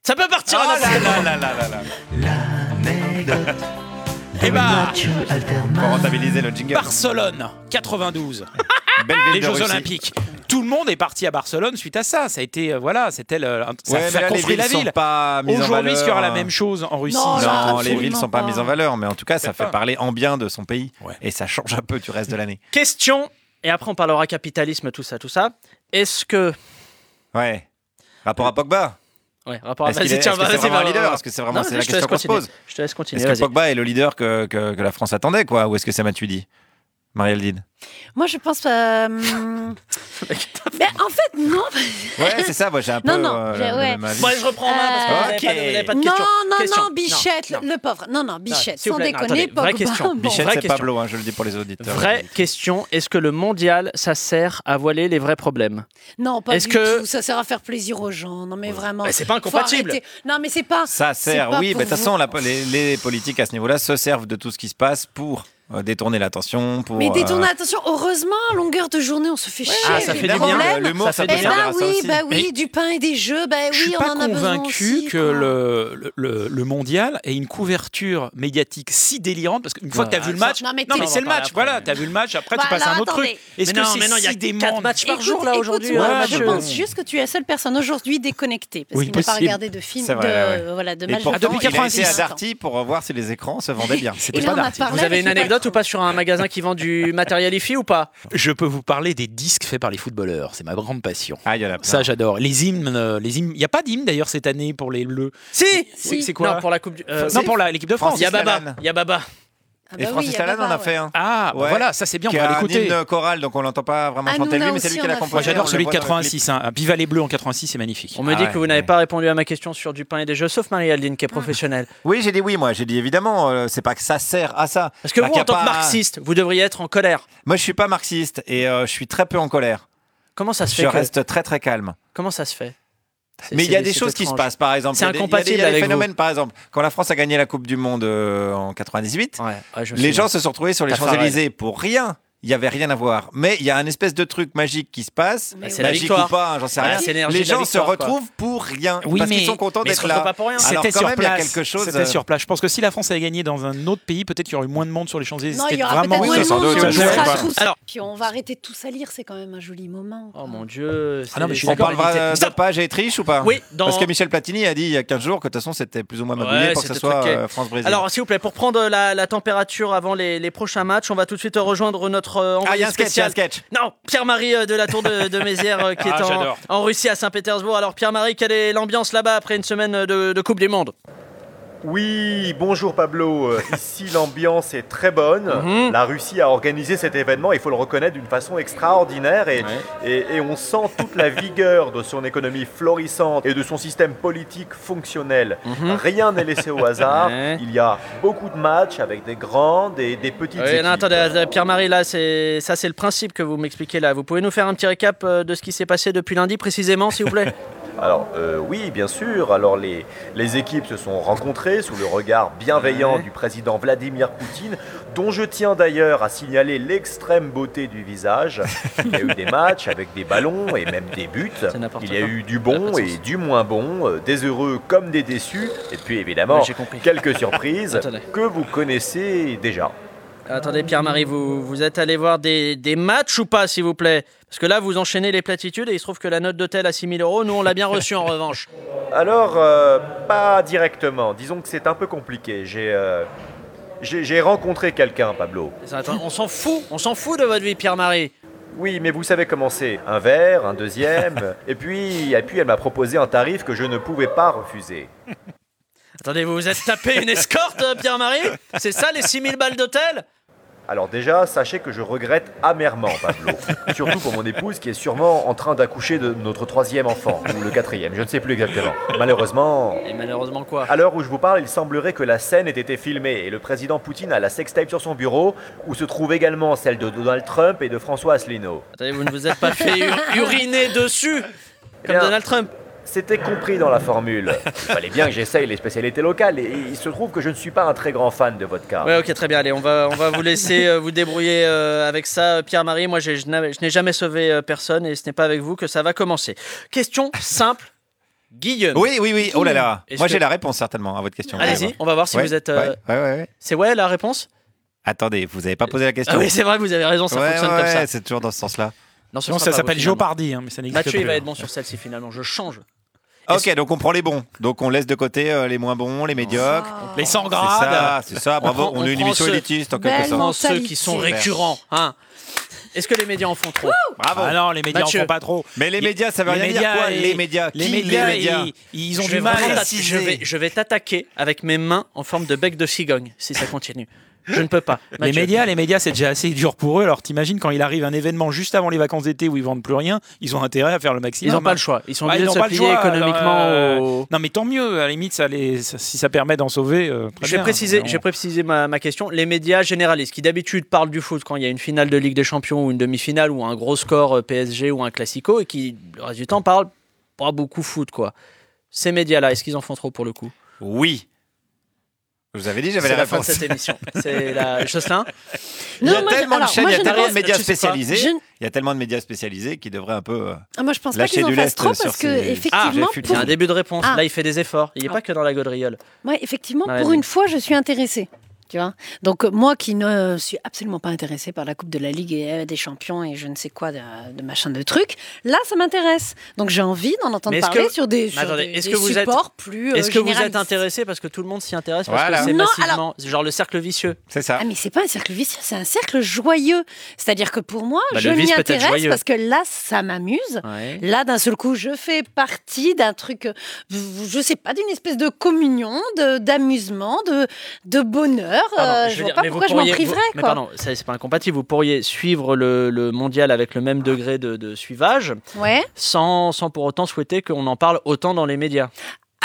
ça peut
Oh
partir
Oh
à n'importe quel moment.
L'anecdote
Eh
de
ben
bah.
Mathieu
Pour
Alterman.
rentabiliser le jingle.
Barcelone, 92,
Belle ville
les
de
Jeux
Russie.
Olympiques. Tout le monde est parti à Barcelone suite à ça. Ça a été, euh, voilà, c'était le, un- ça
Ouais,
a
mais
fait
là, les villes
construire la
sont
ville.
pas mises en
Aujourd'hui, est-ce qu'il y aura la
valeur, hein.
même chose en Russie
Non, là,
Non, les
absolument
villes sont pas
pas.
mises en valeur, mais en tout cas, ça
Peut-être
fait
pas.
parler en bien de son pays.
Ouais.
Et ça change un peu du reste de l'année.
Question, et après on parlera capitalisme, tout ça, tout ça. Est-ce que.
Ouais. Rapport à Pogba
Ouais, rapport à.
Est-ce
Euh,
qu'il
Ah, Vas-y,
est-
tiens,
est-ce que
vas-y,
c'est vraiment
vas-y,
un leader
vas-y.
Est-ce que c'est vraiment-
Non,
c'est
je
la
te
question
laisse
qu'on se
continuer.
pose.
Je te laisse continuer.
Est-ce que
vas-y.
Pogba est le leader que, que- que la France attendait, quoi Ou est-ce que c'est Matuidi Marie-Aldine
Moi, je pense. euh, hum, Mais en fait, non.
Ouais,
*laughs*
c'est ça, moi j'ai un peu
Non, non,
euh, le-
j'ai-
le
ouais.
même avis.
Bon, allez, je reprends en main parce que
Euh,
vous n'avez pas de- vous n'avez pas de
Non,
question.
non,
Question.
non, Bichette,
Non, non.
le pauvre. Non, non, Bichette,
s'il vous
sans
plaît, non,
déconner,
attendez, vraie
Pogba.
question.
bon.
Bichette,
vraie
c'est
question.
Pablo, hein, je le dis pour les auditeurs.
Vraie question, est-ce que le mondial, ça sert à voiler les vrais problèmes
Non, pas
Est-ce
du
que-
tout. Ça sert à faire plaisir aux gens. Non, mais vraiment.
Bah, c'est pas
faut
incompatible.
arrêter. Non, mais c'est pas.
Ça
c'est
sert,
pas
oui,
pour
mais de toute
vous.
façon, la- les, les politiques à ce niveau-là se servent de tout ce qui se passe pour euh, détourner l'attention pour.
Mais détourner
euh,
l'attention, heureusement, longueur de journée, on se fait chier.
Ah, ça
j'ai
fait
des
du bien.
problèmes.
L'humour,
Ça
ça,
fait
Eh
du
devient
bien.
bah
vers ça
oui,
aussi.
bah
Mais-
oui, du pain et des jeux, bah
Je suis
oui, on
pas
en a besoin
convaincu
aussi,
que
quoi.
le, le- le, le mondial ait une couverture médiatique si délirante parce qu'une fois
Ouais,
que tu as vu le
ça-
match,
Non, mais
non
t'es-
mais
on va
c'est le
parler
match,
après,
voilà,
mais-
tu as vu le match, après
Bah,
tu passes à un
alors,
autre
attendez.
truc. Est-ce
Mais
que
non,
c'est
mais non, il y a
si dément
quatre matchs par
Écoute,
jour là
écoute,
aujourd'hui.
moi,
ouais,
je,
je-
pense juste que tu es la seule personne aujourd'hui déconnectée parce
Oui,
qu'il n'a pas
possible.
regardé de film,
C'est vrai,
de,
ouais,
voilà, de
Et
match
pour-
de
Ah, depuis
foot.
il a été
86.
à Darty pour voir si les écrans se vendaient bien.
Et Ah, là, on a parlé
Vous avez
avec
une
le
anecdote
patron.
ou pas sur un magasin qui vend du matériel IFI ou pas
Je peux vous parler des disques faits par les footballeurs. C'est ma grande passion.
Ah, il y en a plein.
Ça, j'adore. Les hymnes, euh, les hymnes. Il n'y a pas d'hymne d'ailleurs cette année pour les Bleus.
Si
Si.
c'est quoi
Non, pour la Coupe du. euh,
Non, pour la- l'équipe de France.
Il y a Baba.
Lalanne.
Il y a Baba.
Ah bah
Et
oui,
Francis
il y a
Lalanne en
Baba,
a fait un.
Ah, bah
Ouais.
voilà, ça c'est bien, on
qui
va
a un
l'écouter.
hymne choral, donc on l'entend pas vraiment
Hanouna
chanter lui, mais c'est
aussi,
lui qui
on
l'a
a
composé.
Moi
fait.
j'adore
on le
celui de
voit dans le clip.
86, hein. Un Viva les Bleus en 86, c'est magnifique.
On me
Ah
dit
ouais,
que vous n'avez
ouais.
pas répondu à ma question sur du pain et des jeux, sauf Marie-Aline qui est professionnelle.
Oui, j'ai dit oui, moi. J'ai dit évidemment, euh, c'est pas que ça sert à ça.
Parce que
Bah,
vous,
qu'il y
en
a
tant que
pas-
marxiste, vous devriez être en colère.
Moi, je suis pas marxiste et euh, je suis très peu en colère.
Comment ça se fait
Je
que-
reste très très calme.
Comment ça se fait C'est-
Mais il y
c'est-
a des
c'est
choses qui se
étrange.
passent, par exemple.
C'est
Il y a des- il y a des- il y a
incompatible
des
avec
phénomènes, par exemple. Quand la France a gagné la Coupe du Monde euh, en 98,
Ouais, ouais, je me
les
souviens.
gens se sont retrouvés sur les
T'as Farrell.
Champs-Élysées pour rien. Il n'y avait rien à voir. Mais il y a un espèce de truc magique qui se passe.
Bah, c'est la
Magique
victoire.
ou pas, hein, j'en sais
Ouais,
rien.
c'est l'énergie
Les
de la
gens se
victoire, quoi.
retrouvent pour rien.
Oui,
parce
mais-
qu'ils sont contents
mais ils se
d'être
retrouvent
là. Ah.
pas pour rien.
Alors,
C'était
quand
sur
même, il y a
place.
quelque chose.
C'était
euh,
sur place. Je pense que si la France avait gagné dans un autre pays, peut-être qu'il y aurait eu moins de monde sur les Champs-Élysées.
Non, il
C'était
y aura peut-être
vraiment
Oui,
moins de
sans
monde,
doute,
on
je
sera
sais pas.
tous.
Alors-
Puis on va arrêter de tous à lire, c'est quand même un joli moment.
Oh mon dieu.
Ah non, mais je suis
On
d'accord,
parle
parlera
de dopage et triche ou pas
Oui, dans-
Parce que Michel Platini a dit il y a 15 jours que de toute façon c'était plus ou moins modulé
Ouais,
pour que ce
c'était
soit
truqué.
euh, France-Brésil.
Alors, s'il vous plaît, pour prendre la, la température avant les, les prochains matchs, on va tout de suite rejoindre notre euh,
ah, il y
envoyé
a un sketch, il y a un
spécial.
sketch.
Non, Pierre-Marie euh, de la Tour de, de Mézières euh,
*laughs*
qui est
Ah,
en,
j'adore.
en Russie à Saint-Pétersbourg. Alors, Pierre-Marie, quelle est l'ambiance là-bas après une semaine de, de Coupe du Monde
Oui, bonjour Pablo. Euh, Ici, *laughs* l'ambiance est très bonne.
Mhm.
La Russie a organisé cet événement, il faut le reconnaître, d'une façon extraordinaire. Et, et- et on sent toute la vigueur de son économie florissante et de son système politique fonctionnel. Rien n'est laissé au hasard.
Mhm. Ouais.
Il y a beaucoup de matchs avec des grandes et des petites
Oui, non,
équipes.
attendez, attendez, Pierre-Marie, là, c'est ça, c'est le principe que vous m'expliquez là. Vous pouvez nous faire un petit récap euh, de ce qui s'est passé depuis lundi précisément, s'il vous plaît
Alors euh, oui, bien sûr. Alors les, les équipes se sont rencontrées sous le regard bienveillant
Ouais.
du président Vladimir Poutine, dont je tiens d'ailleurs à signaler l'extrême beauté du visage. Il y a eu des matchs avec des ballons et même des buts.
C'est n'importe
Il y a
quoi.
eu du
Ça n'a pas
bon
de
et
sens.
du moins bon, euh, des heureux comme des déçus, et puis évidemment
Ouais, j'ai compris.
quelques
*laughs*
surprises
Attendez.
que vous connaissez déjà.
Attendez, Pierre-Marie, vous, vous êtes allé voir des, des matchs ou pas, s'il vous plaît Parce que là, vous enchaînez les platitudes et il se trouve que la note d'hôtel à 6000 euros, nous, on l'a *laughs* bien reçue en revanche.
Alors, euh, pas directement. Disons que c'est un peu compliqué. J'ai euh, j'ai- j'ai rencontré quelqu'un, Pablo.
Attends, on s'en fout, on s'en fout de votre vie, Pierre-Marie.
Oui, mais vous savez comment c'est. Un verre, un deuxième, et puis, et puis elle m'a proposé un tarif que je ne pouvais pas refuser.
Attendez, vous vous êtes tapé une escorte, euh, Pierre-Marie C'est ça, les 6000 balles d'hôtel
Alors déjà, sachez que je regrette amèrement, Pablo. Surtout pour mon épouse qui est sûrement en train d'accoucher de notre troisième enfant, ou le quatrième, je ne sais plus exactement. Malheureusement...
Et malheureusement quoi
À l'heure où je vous parle, il semblerait que la scène ait été filmée et le président Poutine a la sextape sur son bureau, où se trouve également celle de Donald Trump et de François Asselineau.
Attendez, vous ne vous êtes pas fait ur- uriner dessus
Eh
Comme
bien,
Donald Trump.
C'était compris dans la formule. Il fallait bien que j'essaye les spécialités locales et il se trouve que je ne suis pas un très grand fan de vodka.
Ouais, ok, très bien. Allez, on va, on va vous laisser euh, vous débrouiller euh, avec ça, euh, Pierre-Marie. Moi, j'ai- je n'avais- je n'ai jamais sauvé euh, personne et ce n'est pas avec vous que ça va commencer. Question simple, Guillaume.
Oui, oui, oui. Oh là là.
Est-ce
Moi
que-
j'ai la réponse certainement à votre question.
Allez-y, on va voir si
Ouais,
vous êtes. euh,
ouais, ouais, ouais, ouais.
C'est ouais la réponse
Attendez, vous n'avez pas posé la question.
Ah oui, c'est vrai, vous avez raison, ça
Ouais,
fonctionne
ouais,
comme ça.
ouais, C'est toujours dans ce sens-là.
Non, ce
Non,
sera
ça
pas
s'appelle
vous, finalement.
Géopardy, hein, mais ça n'existe
Mathieu,
plus.
il va être bon sur celle-ci finalement. Je change. Est-ce-
Ok, donc on prend les bons. Donc on laisse de côté euh, les moins bons, les médiocres.
Les 100
C'est
grades.
ça, c'est ça. Bravo.
prend-
On,
Ah. on
est une
prend
émission
ce- Ben
élitiste en
Belle
quelque
Sans
sorte.
ceux
mentalité.
qui sont récurrents. Hein. Est-ce que les médias en font trop
Bravo.
Ah non, les médias en
Mathieu.
font pas trop.
Mais les
Il-
médias, ça veut
les
rien dire
médias
quoi
et-
Les médias,
Les
qui
médias,
les médias
ils, ils ont
je vais,
du mal.
vraiment t'a-
préciser.
je vais- je vais t'attaquer avec mes mains en forme de bec de cigogne si ça continue. Je ne peux pas.
Les
Mathieu.
médias, les médias, c'est déjà assez dur pour eux. Alors t'imagines quand il arrive un événement juste avant les vacances d'été où ils vendent plus rien, ils ont intérêt à faire le
ils
maximum.
n'ont pas
hein.
le choix. bah, euh, Ils sont
Ouais,
obligés
ils
de
n'ont
se
pas le
plier
choix,
économiquement.
alors,
au-
Non, mais tant mieux. À la limite, ça les, ça- si ça permet d'en sauver. euh, très
Je vais
bien.
préciser,
Mais
je
on-
vais préciser ma, ma question. Les médias généralistes qui d'habitude parlent du foot quand il y a une finale de Ligue des Champions ou une demi-finale ou un gros score euh, PSG ou un classico et qui, le reste du temps, parlent pas beaucoup foot, quoi. Ces médias-là, est-ce qu'ils en font trop pour le coup
Oui. Je vous avais dit, j'avais
C'est
la
la fin de
réponse.
cette émission. C'est
*laughs*
la Jocelyn.
Il y a
Non, moi, je-
tellement de
alors,
chaînes,
moi,
il y a
je ne
tellement de
pense-
médias
je sais pas.
spécialisés.
Je ne-
Il y a tellement de médias spécialisés qui devraient un peu. euh,
Ah, moi, je pense pas
lâcher
qu'ils en
du
fassent
lest
trop
sur
parce que,
ces-
effectivement,
Ah, j'ai fui le
Il y a un
terrain.
début de réponse.
Ah.
Là, il fait des efforts. Il n'est
Ah.
pas que dans la gaudriole.
Moi, effectivement,
Ouais,
pour
vas-y.
une fois, je suis intéressée. Tu vois Donc, euh, moi qui ne suis absolument pas intéressée par la Coupe de la Ligue et euh, des Champions et je ne sais quoi de, de machin de trucs, là, ça m'intéresse. Donc, j'ai envie d'en entendre
Mais est-ce que-
parler sur des,
Mais
sur
attendez,
des-
est-ce
des
que vous êtes-
supports plus. euh,
Est-ce que vous êtes
généralistes.
intéressé parce que tout le monde s'y intéresse parce
Voilà.
que c'est
Non,
massivement
alors-
genre le cercle vicieux.
C'est ça.
Ah, mais c'est pas un cercle vicieux, c'est un cercle joyeux. C'est-à-dire que pour moi,
Bah,
je
le vice
m'y
peut être
intéresse
joyeux.
parce que là, ça m'amuse. Là, d'un seul coup, je fais partie d'un truc, euh, je sais pas, d'une espèce de communion, de- d'amusement, de, de bonheur.
Pardon,
Euh, je
veux
vois
dire,
pas
mais vous
pourquoi je m'en
pourriez- vous-
priverais.
Mais
quoi.
pardon, ça, c'est pas incompatible. Vous pourriez suivre le, le mondial avec le même degré de, de suivage
Ouais.
sans, sans pour autant souhaiter qu'on en parle autant dans les médias.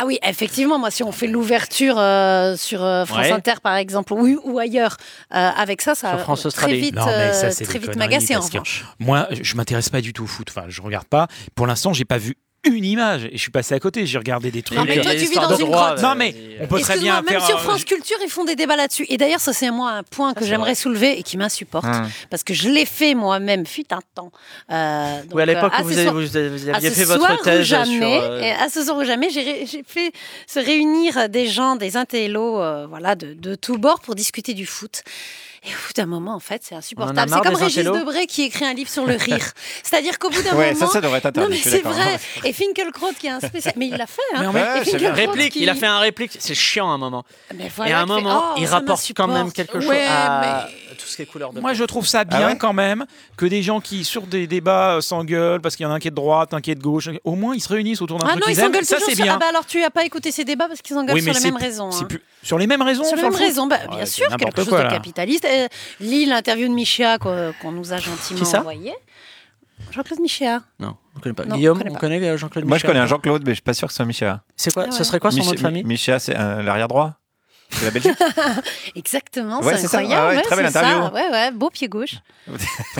Ah oui, effectivement, moi, si on fait l'ouverture euh, sur euh, France
Ouais.
Inter, par exemple, ou, ou ailleurs, euh, avec ça, ça
Sur France
très
Australie.
vite,
Non, mais ça,
euh,
c'est des
très vite
conneries,
m'agacer, en
parce que-
revanche.
Moi, je m'intéresse pas du tout au foot. Enfin, je regarde pas. Pour l'instant, j'ai pas vu une image. Et je suis passé à côté. J'ai regardé des trucs.
Non, Ah, mais
les-
toi,
les
tu vis
histoires
dans
de
une
droit,
grotte.
euh,
Non, mais on peut très bien
Excuse-moi, même
faire.
sur
euh,
France Culture, ils font des débats là-dessus. Et d'ailleurs, ça, c'est moi un
Ah,
point que j'aimerais soulever et qui m'insupporte. Parce que je l'ai fait moi-même, fut un temps. Euh, donc,
Hum. oui, à l'époque
euh, ah,
où
ce
vous, avez-
soir-
vous avez- vous
à
aviez
ce
fait
soir
votre
ou
thèse
jamais,
sur. euh,
et à ce soir ou jamais, j'ai ré- j'ai fait se réunir des gens, des intellos, euh, voilà, de, de tous bords pour discuter du foot. Et au bout d'un moment, en fait, c'est
On en a
insupportable.
marre
C'est comme
des
Régis
intellos
Debray qui écrit un livre sur le
*laughs*
rire. C'est-à-dire qu'au bout d'un
Ouais, ça,
moment,
ça devrait être interdit.
non
je
mais
suis
c'est
d'accord.
vrai. Et Finkelkraut qui est un spécial, mais il l'a fait. Hein.
Mais en
même-
Et
Ouais, c'est bien.
Finkielkraut
Réplique,
qui-
il a fait un réplique, c'est chiant à un moment.
Mais voilà,
et à un
qui fait,
moment,
Oh,
il
ça
rapporte quand même
m'insupporte.
quelque chose
Ouais,
à tout ce qui est couleur de
Moi, je trouve ça
Ah
bien
ouais
quand même que des gens qui, sur des débats, euh, s'engueulent parce qu'il y en a un qui est de droite, un qui est de gauche, au moins ils se réunissent autour d'un
Ah
truc
non, ils
qu'ils aiment.
s'engueulent
Ça,
toujours.
c'est
sur-
bien.
Ah bah alors tu n'as pas écouté ces débats parce qu'ils s'engueulent
Oui,
sur
mais
les
c'est
mêmes
plus-
raisons.
c'est
hein.
plus- Sur les mêmes raisons
Sur les
sur
mêmes
le foot.
raisons, bah,
Ouais,
bien
c'est
sûr,
n'importe
quelque chose
quoi,
de
là.
capitaliste. Euh, lis l'interview de Michéa quoi, qu'on nous a gentiment
Qui ça
envoyée. Jean-Claude Michéa.
Non, on connaît pas.
Non,
Guillaume,
on connaît
on
pas.
connaît euh, Jean-Claude
Moi, je
Michel.
connais un Jean-Claude, mais je suis pas sûr que ce soit Michéa.
C'est quoi
Ah
Ce
ouais.
serait quoi son nom de
Miché-
famille
Michéa, c'est euh, l'arrière-droit. C'est la
*laughs*
Belgique.
Exactement,
Ouais,
c'est
c'est ça. Ah
incroyable.
Ouais, ouais, très
c'est
belle
ça.
interview.
Ouais, ouais, beau pied gauche.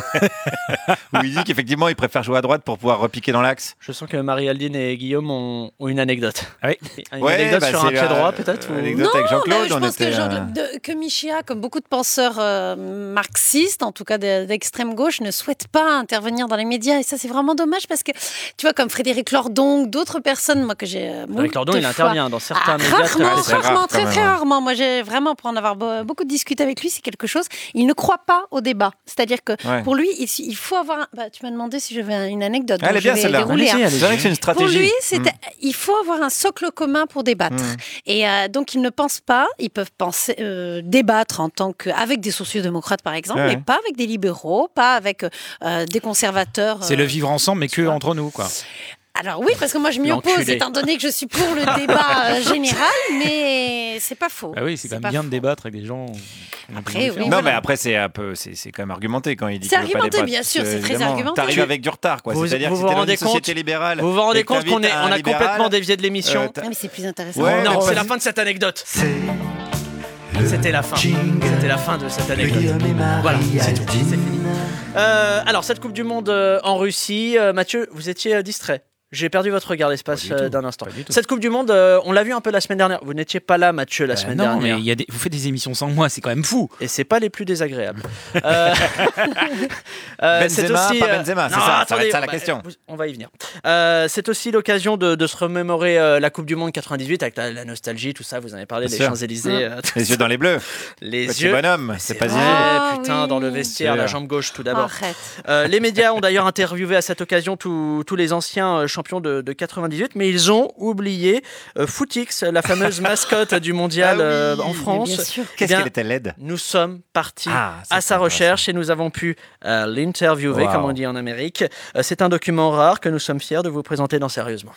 où il dit qu'effectivement, il préfère jouer à droite pour pouvoir repiquer dans l'axe.
Je sens que Marie-Aldine et Guillaume ont, ont une anecdote.
Ah oui.
Une
Ouais,
anecdote
bah,
sur un
c'est
pied
la- euh,
droit, peut-être ou-
Anecdote avec
Non,
Jean-Claude,
mais Bah, je
on
pense
était,
que, Jean-
euh,
de- que Michéa, comme beaucoup de penseurs euh, marxistes, en tout cas de- d'extrême gauche, ne souhaite pas intervenir dans les médias. Et ça, c'est vraiment dommage parce que, tu vois, comme Frédéric Lordon, d'autres personnes, moi que j'ai. euh,
Eric
moult
Lordon, il
fois-
intervient dans certains
Ah,
médias.
Rarement,
c'est rare,
rarement,
quand
très
même,
très
hein.
rarement. Moi, j'ai vraiment, pour en avoir be- beaucoup discuté avec lui, c'est quelque chose. Il ne croit pas au débat. C'est-à-dire que
Ouais.
pour lui, il, il faut avoir. un- bah, tu m'as demandé si j'avais un- une anecdote.
Elle
donc
est
je
bien
vais
celle-là.
dérouler, hein.
C'est vrai que c'est une
Pour
stratégie.
lui, c'est
Mm.
il faut avoir un socle commun pour débattre.
Mm.
Et euh, donc, ils ne pensent pas, ils peuvent penser, euh, débattre en tant que, avec des sociodémocrates, par exemple,
Ouais, ouais.
mais pas avec des libéraux, pas avec euh, des conservateurs.
C'est le
euh,
vivre ensemble, mais que
vois.
entre nous, quoi.
Alors oui, parce que moi, je m'y
L'enculé.
oppose, étant donné que je suis pour le débat euh, général, mais c'est pas faux.
Ah oui, c'est quand
pas
même bien de
faux.
débattre avec des gens. qui ont
Après,
des opinions
oui,
différentes.
Non,
voilà.
mais après, c'est un peu, c'est c'est quand même argumenté quand il dit.
C'est
qu'il veut pas
argumenté,
débattre,
bien sûr,
parce que,
c'est très
euh, évidemment,
argumenté.
T'arrives
Tu-
avec du retard, quoi.
Vous-
C'est-à-dire
vous
que si
vous
t'es dans
rendez
une société
compte
libérale.
Vous vous rendez
et que
compte qu'on
t'invites
est,
un
on a
libéral,
complètement dévié de
euh,
l'émission
t'as-
Ah, mais c'est plus intéressant.
Ouais,
Non,
mais
c'est
vas-y.
la fin de cette anecdote.
C'est
C'était la fin.
Jingle.
C'était la fin de cette anecdote.
Guillaume et Marie
Voilà, c'est tout.
Aldine.
C'est fini. Euh, alors, cette Coupe du Monde euh, en Russie, euh, Mathieu, vous étiez euh, distrait. J'ai perdu votre regard l'espace
Pas du
euh,
tout,
d'un instant.
pas du tout.
Cette Coupe du Monde, euh, on l'a vu un peu la semaine dernière. Vous n'étiez pas là, Mathieu, la
Bah
semaine
non,
dernière.
mais il y a des- vous faites des émissions sans moi, c'est quand même fou.
Et c'est pas les plus
*laughs*
désagréables. Euh, euh, c'est
Benzema,
aussi,
pas
euh,
Benzema, c'est
non,
ça, ça va
attendez,
être ça la
bah,
question.
vous- on va y venir. Euh, c'est aussi l'occasion de, de se remémorer euh, la Coupe du Monde 98 avec la, la nostalgie, tout ça. Vous en avez parlé,
Bien
les
sûr. Mmh.
Champs-Élysées, euh, tout
Les yeux
ça.
dans les bleus.
les
Petit
yeux.
bonhomme, c'est pas
vrai,
Zizou.
Ah,
putain,
oui. Ah.
dans le vestiaire,
C'est
la
là.
jambe gauche tout d'abord.
Arrête.
Euh, les médias ont d'ailleurs interviewé à cette occasion tous tous les anciens euh, champions de, de 98, mais ils ont oublié euh, Footix, la
*laughs*
fameuse mascotte du mondial
Ah oui,
euh, en
mais
Mais
France.
bien sûr.
Eh
Qu'est-ce
bien,
qu'elle était laide
Nous sommes partis
Ah, ça,
à
c'est
sa
intéressant.
recherche et nous avons pu euh, l'interviewer,
Wow.
comme on dit en Amérique. Euh, c'est un document rare que nous sommes fiers de vous présenter dans Sérieusement.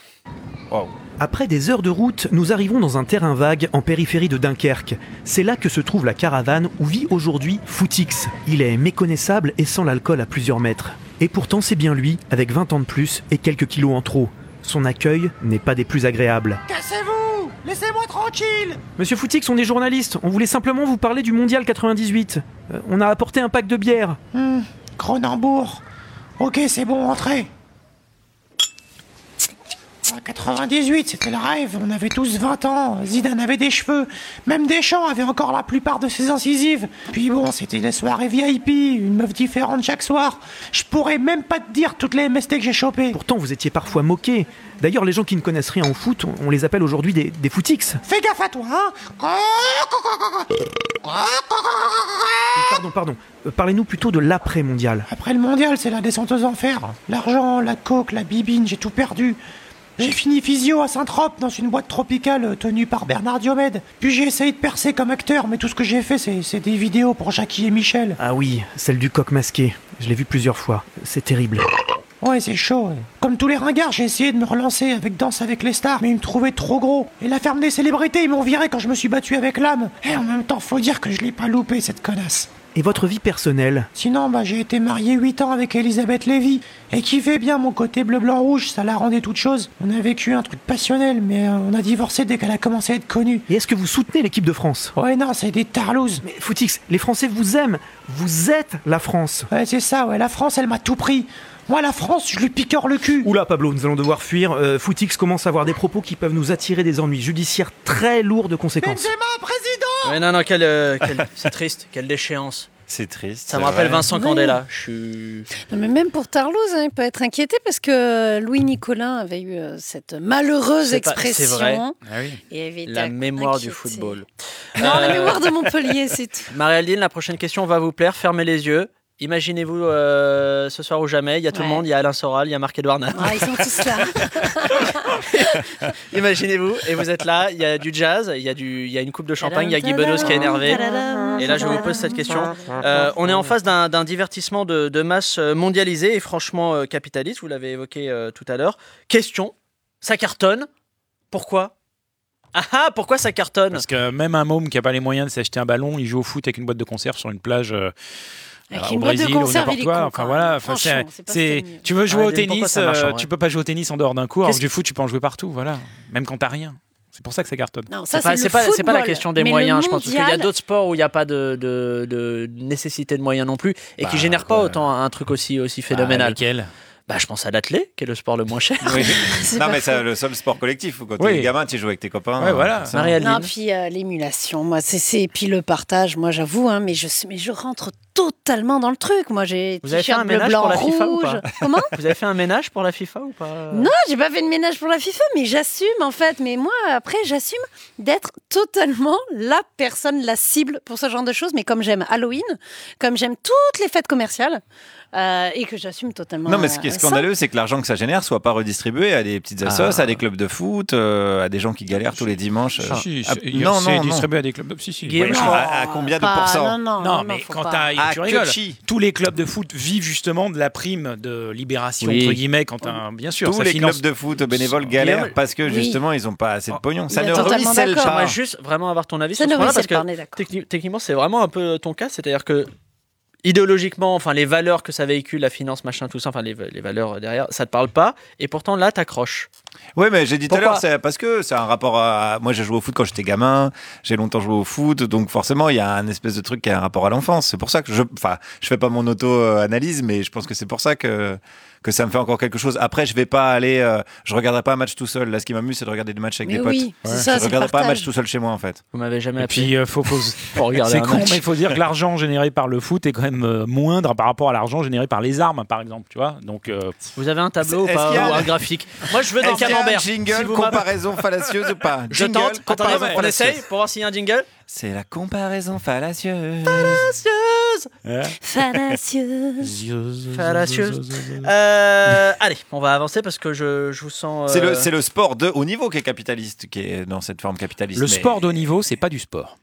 Après des heures de route, nous arrivons dans un terrain vague en périphérie de Dunkerque. C'est là que se trouve la caravane où vit aujourd'hui Footix. Il est méconnaissable et sans l'alcool à plusieurs mètres. Et pourtant c'est bien lui, avec 20 ans de plus et quelques kilos en trop. Son accueil n'est pas des plus agréables.
Cassez-vous Laissez-moi tranquille
Monsieur Footix, on est journaliste, on voulait simplement vous parler du Mondial 98. Euh, on a apporté un pack de bière.
Hmm, Cronenbourg. Ok, c'est bon, entrez. 98, c'était le rêve, on avait tous 20 ans, Zidane avait des cheveux, même Deschamps avait encore la plupart de ses incisives. Puis bon, c'était des soirées VIP, une meuf différente chaque soir. Je pourrais même pas te dire toutes les MST que j'ai chopées.
Pourtant, vous étiez parfois moqué. D'ailleurs, les gens qui ne connaissent rien au foot, on les appelle aujourd'hui des, des footix.
Fais gaffe à toi, hein
Pardon, pardon. Euh, Parlez-nous plutôt de l'après-mondial.
Après le mondial, c'est la descente aux enfers. L'argent, la coke, la bibine, j'ai tout perdu. J'ai fini physio à Saint-Trope dans une boîte tropicale euh, tenue par Bernard Diomède. Puis j'ai essayé de percer comme acteur, mais tout ce que j'ai fait, c'est c'est des vidéos pour Jackie et Michel.
Ah oui, celle du coq masqué. Je l'ai vue plusieurs fois. C'est terrible.
Ouais, c'est chaud. ouais. Comme tous les ringards, j'ai essayé de me relancer avec Danse avec les stars, mais ils me trouvaient trop gros. Et la ferme des célébrités, ils m'ont viré quand je me suis battu avec l'âme. Et en même temps, faut dire que je l'ai pas loupé, cette connasse.
Et votre vie personnelle
Sinon, bah, j'ai été marié 8 ans avec Elisabeth Lévy, et qui fait bien mon côté bleu-blanc-rouge, ça la rendait toute chose. On a vécu un truc passionnel, mais euh, on a divorcé dès qu'elle a commencé à être connue.
Et est-ce que vous soutenez l'équipe de France
Ouais, non, c'est des tarlouses.
Mais Footix, les Français vous aiment. Vous êtes la France.
Ouais, c'est ça, ouais, la France, elle m'a tout pris. Moi, la France, je lui picore le cul.
Oula Pablo, nous allons devoir fuir. Euh, Footix commence à avoir des propos qui peuvent nous attirer des ennuis judiciaires très lourds de conséquences.
Benzema, président
Ouais, non, non, quelle, euh,
*laughs*
quelle- c'est triste, quelle déchéance.
C'est triste.
Ça me rappelle Vincent
Oui.
Candela. Je suis.
Non, mais même pour Tarlouse, hein, il peut être inquiété parce que Louis Nicolin avait eu euh, cette malheureuse
C'est pas- c'est
expression.
vrai.
Et il avait été
La
inqui-
mémoire du
inquiété.
football.
*laughs* Non, la
Euh,
mémoire de Montpellier, c'est tout.
Marie-Aldine, la prochaine question va vous plaire. Fermez les yeux. Imaginez-vous euh, ce soir ou jamais. Il y a tout le
Ouais.
monde. Il y a Alain Soral, il y a Marc-Edouard
*laughs*
Nard.
Ah, ils sont tous là.
Imaginez-vous. Et vous êtes là. Il y a du jazz. Il y a, du, il y a une coupe de champagne. Il y a Guy Bedos qui est énervé. Et là, je vous pose cette question. Euh, on est en face d'un d'un divertissement de, de masse euh, mondialisé et franchement euh, capitaliste. Vous l'avez évoqué euh, tout à l'heure. Question. Ça cartonne. Pourquoi Ah ah, pourquoi ça cartonne
Parce que même un môme qui a pas les moyens de s'acheter un ballon, il joue au foot avec une boîte de conserve sur une plage euh,
Avec
euh,
une
au
boîte de
Brésil ou
conserve,
n'importe
il est
quoi.
con,
Enfin
quoi.
voilà, enfin, c'est,
Franchement, c'est pas
c'est-
ce qu'il y a de
tu veux jouer
Ah,
au
Denis, pourquoi
tennis,
ça marche en
euh,
vrai
tu peux pas jouer au tennis en dehors d'un cours. Alors
Qu'est-ce
que du foot, tu peux en jouer partout, voilà. Même quand t'as rien. C'est pour ça que ça cartonne.
Non,
C'est
ça,
pas,
c'est
c'est
le
pas- c'est pas la
football.
question des
Mais le
moyens, je pense, parce qu'il y a
mondial,
d'autres sports où il n'y a pas de, de- de nécessité de moyens non plus et qui
Bah,
génèrent pas
quoi.
autant un truc aussi, aussi
Ah,
phénoménal.
lequel
bah, je pense à l'athlé, qui est le sport le moins
*laughs*
cher.
*laughs* Oui.
*laughs* c'est
non,
pas
mais
faux.
c'est le seul sport collectif. où Quand
Oui.
t'es gamin, tu joues avec tes copains.
Ouais, voilà.
Ah, ça.
Marie-Aline.
Non, puis euh, l'émulation, moi, c'est- c'est. Et puis le partage, moi, j'avoue, hein, mais, je, mais je rentre totalement dans le truc. Moi, j'ai
Vous avez fait
t-shirt
un
bleu,
ménage
blanc,
pour la
rouge.
FIFA ou pas
*laughs*
*laughs* Euh.
Comment
Vous avez fait un ménage pour la FIFA ou pas
Non, j'ai pas fait de ménage pour la FIFA, mais j'assume en fait. Mais moi, après, j'assume d'être totalement la personne, la cible pour ce genre de choses. Mais comme j'aime Halloween, comme j'aime toutes les fêtes commerciales, euh, et que j'assume totalement.
Non, mais ce qui est
euh, ça.
scandaleux, c'est que l'argent que ça génère soit pas redistribué à des petites
Ah.
assos, à des clubs de foot, euh, à des gens qui galèrent tous les dimanches.
Si,
Ah,
si,
ah,
c'est-
non,
c'est
non, non.
distribué à des clubs. Si, si.
Guillaume,
Ouais,
je
je-
crois. à- à combien de
pas-
pourcents
Non, non,
Non,
non,
mais
faut
quand
pas.
t'as-
Ah,
tu rigoles,
Kochi.
tous les clubs de foot vivent justement de la prime de libération
Oui.
entre guillemets quand un bien sûr
Tous
ça
les
finance
clubs de foot bénévoles
Guillaume-
galèrent parce que
Oui. Oh,
justement, ils ont pas assez de pognon. Ça
Il est
ne
totalement
ruisselle
d'accord.
pas.
Moi, juste vraiment avoir ton avis
Ça
sur
ne
ce point-là,
ruisselle
parce que
pas, on est d'accord.
techni- techniquement, c'est vraiment un peu ton cas. C'est-à-dire que idéologiquement, enfin, les valeurs que ça véhicule, la finance, machin, tout ça, enfin, les, les valeurs derrière, ça te parle pas. Et pourtant, là, t'accroches.
Oui, mais j'ai dit tout à
Pourquoi
l'heure, c'est parce que c'est un rapport à. Moi, j'ai joué au foot quand j'étais gamin, j'ai longtemps joué au foot, donc forcément, il y a un espèce de truc qui a un rapport à l'enfance. C'est pour ça que je. Enfin, je fais pas mon auto-analyse, mais je pense que c'est pour ça que, que ça me fait encore quelque chose. Après, je vais pas aller. euh, je regarderai pas un match tout seul. Là, ce qui m'amuse, c'est de regarder des matchs avec
Mais
des
oui,
potes.
c'est ça,
je
c'est le
regarde pas un match
partage.
tout seul chez moi, en fait.
Vous m'avez jamais
et
appelé
puis euh, faut, faut-
pour regarder
c'est
un
con
match.
mais il faut dire que l'argent généré par le foot est quand même euh, moindre par rapport à l'argent généré par les armes par exemple tu vois donc euh,
Vous avez un tableau ou
Est-ce
pas
qu'il y a-
ou un graphique Moi, je veux des
Est-ce qu'il y a Eh, un
camemberts.
jingle,
Si vous m'appelez- *laughs*
comparaison fallacieuse ou pas
Je
Jingle,
tente. Attendez,
comparaison
on
fallacieuse.
essaye pour voir s'il y a un jingle.
C'est la comparaison fallacieuse.
ouais.
*laughs*
Fallacieuse.
Fallacieuse. Euh, allez, on va avancer parce que je, je vous sens. euh,
C'est le, c'est le sport de haut niveau qui est capitaliste, qui est dans cette forme capitaliste.
le
mais-
sport de haut niveau c'est pas du sport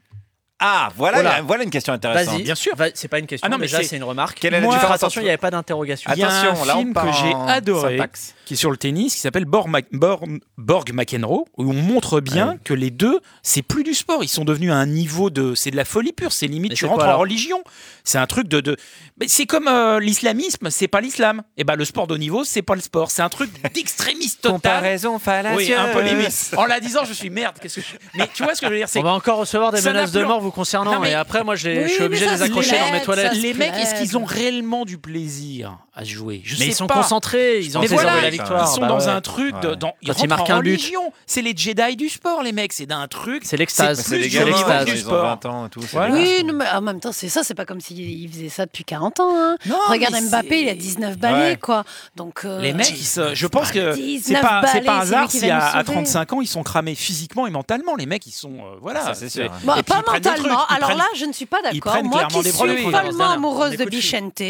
Ah, voilà,
Voilà.
Voilà, une question intéressante.
Vas-y,
bien sûr.
va- C'est pas une question.
Ah non, mais
déjà,
c'est-
c'est une remarque.
Quelle est la
Moi,
différence
attention,
entre-
il n'y avait pas d'interrogation.
Ah,
Il y a
Attention,
un
là, on
film
part
que j'ai
en
adoré,
syntaxe.
qui est sur le tennis, qui s'appelle Borg, Mac- Born- Borg McEnroe, où on montre bien que les deux, c'est plus du sport. Ils sont devenus à un niveau de. C'est de la folie pure. C'est limite,
Mais
tu
c'est
rentres
quoi,
en
alors
religion. C'est un truc de. de... Mais c'est comme euh, l'islamisme, c'est pas l'islam. Et ben le sport de haut niveau, c'est pas le sport. C'est un truc
*laughs*
d'extrémiste total.
Comparaison
Oui,
fallacieuse.
un peu limite. En la disant, je suis merde. Qu'est-ce que je- Mais tu vois ce que je veux dire c'est
On va encore recevoir des
Ça n'a
menaces de
plus-
mort vous concernant.
Non, mais-
Et après, moi, je, les-
Oui,
je suis
mais
obligé
ça,
de les
c'est
accrocher
laid,
dans mes
ça.
toilettes.
les mecs, est-ce
plaide.
qu'ils ont réellement du plaisir
à se jouer. Je
mais
sais
ils sont
pas.
concentrés, ils ont
mais voilà,
la
ils-
victoire.
Ils sont
Bah
dans
ouais.
un truc, de- dans, ils
Quand ils
rentrent
marquent
en
un but.
religion. C'est les Jedi du sport, les mecs. C'est d'un truc.
C'est l'extase.
C'est
C'est
plus
les
du
gars,
niveau
l'extase,
du
ils ont
sport.
20 ans et tout, c'est
Voilà.
Oui, non, mais en même temps, c'est ça, c'est pas comme s'il faisait ça depuis 40 ans. hein.
Oh,
Regarde
mais
Mbappé, il a 19 balais,
Ouais.
quoi. Donc, euh,
Les mecs, ils se- je pense que c'est
19
pas, c'est
balais,
pas un
c'est lui
hasard
qui
si
va nous
à, à
sauver.
35 ans ils sont cramés physiquement et mentalement. Les mecs, ils sont euh, voilà.
Ça, c'est sûr.
Et
Bon,
puis,
Bah, pas
ils prennent des
mentalement.
trucs, ils
Alors
prennent-
là, je ne suis pas
ils
d'accord.
prennent
Moi
clairement
qui
des
suis
brevets.
follement
Dernière.
amoureuse de
Écoute,
Bichente,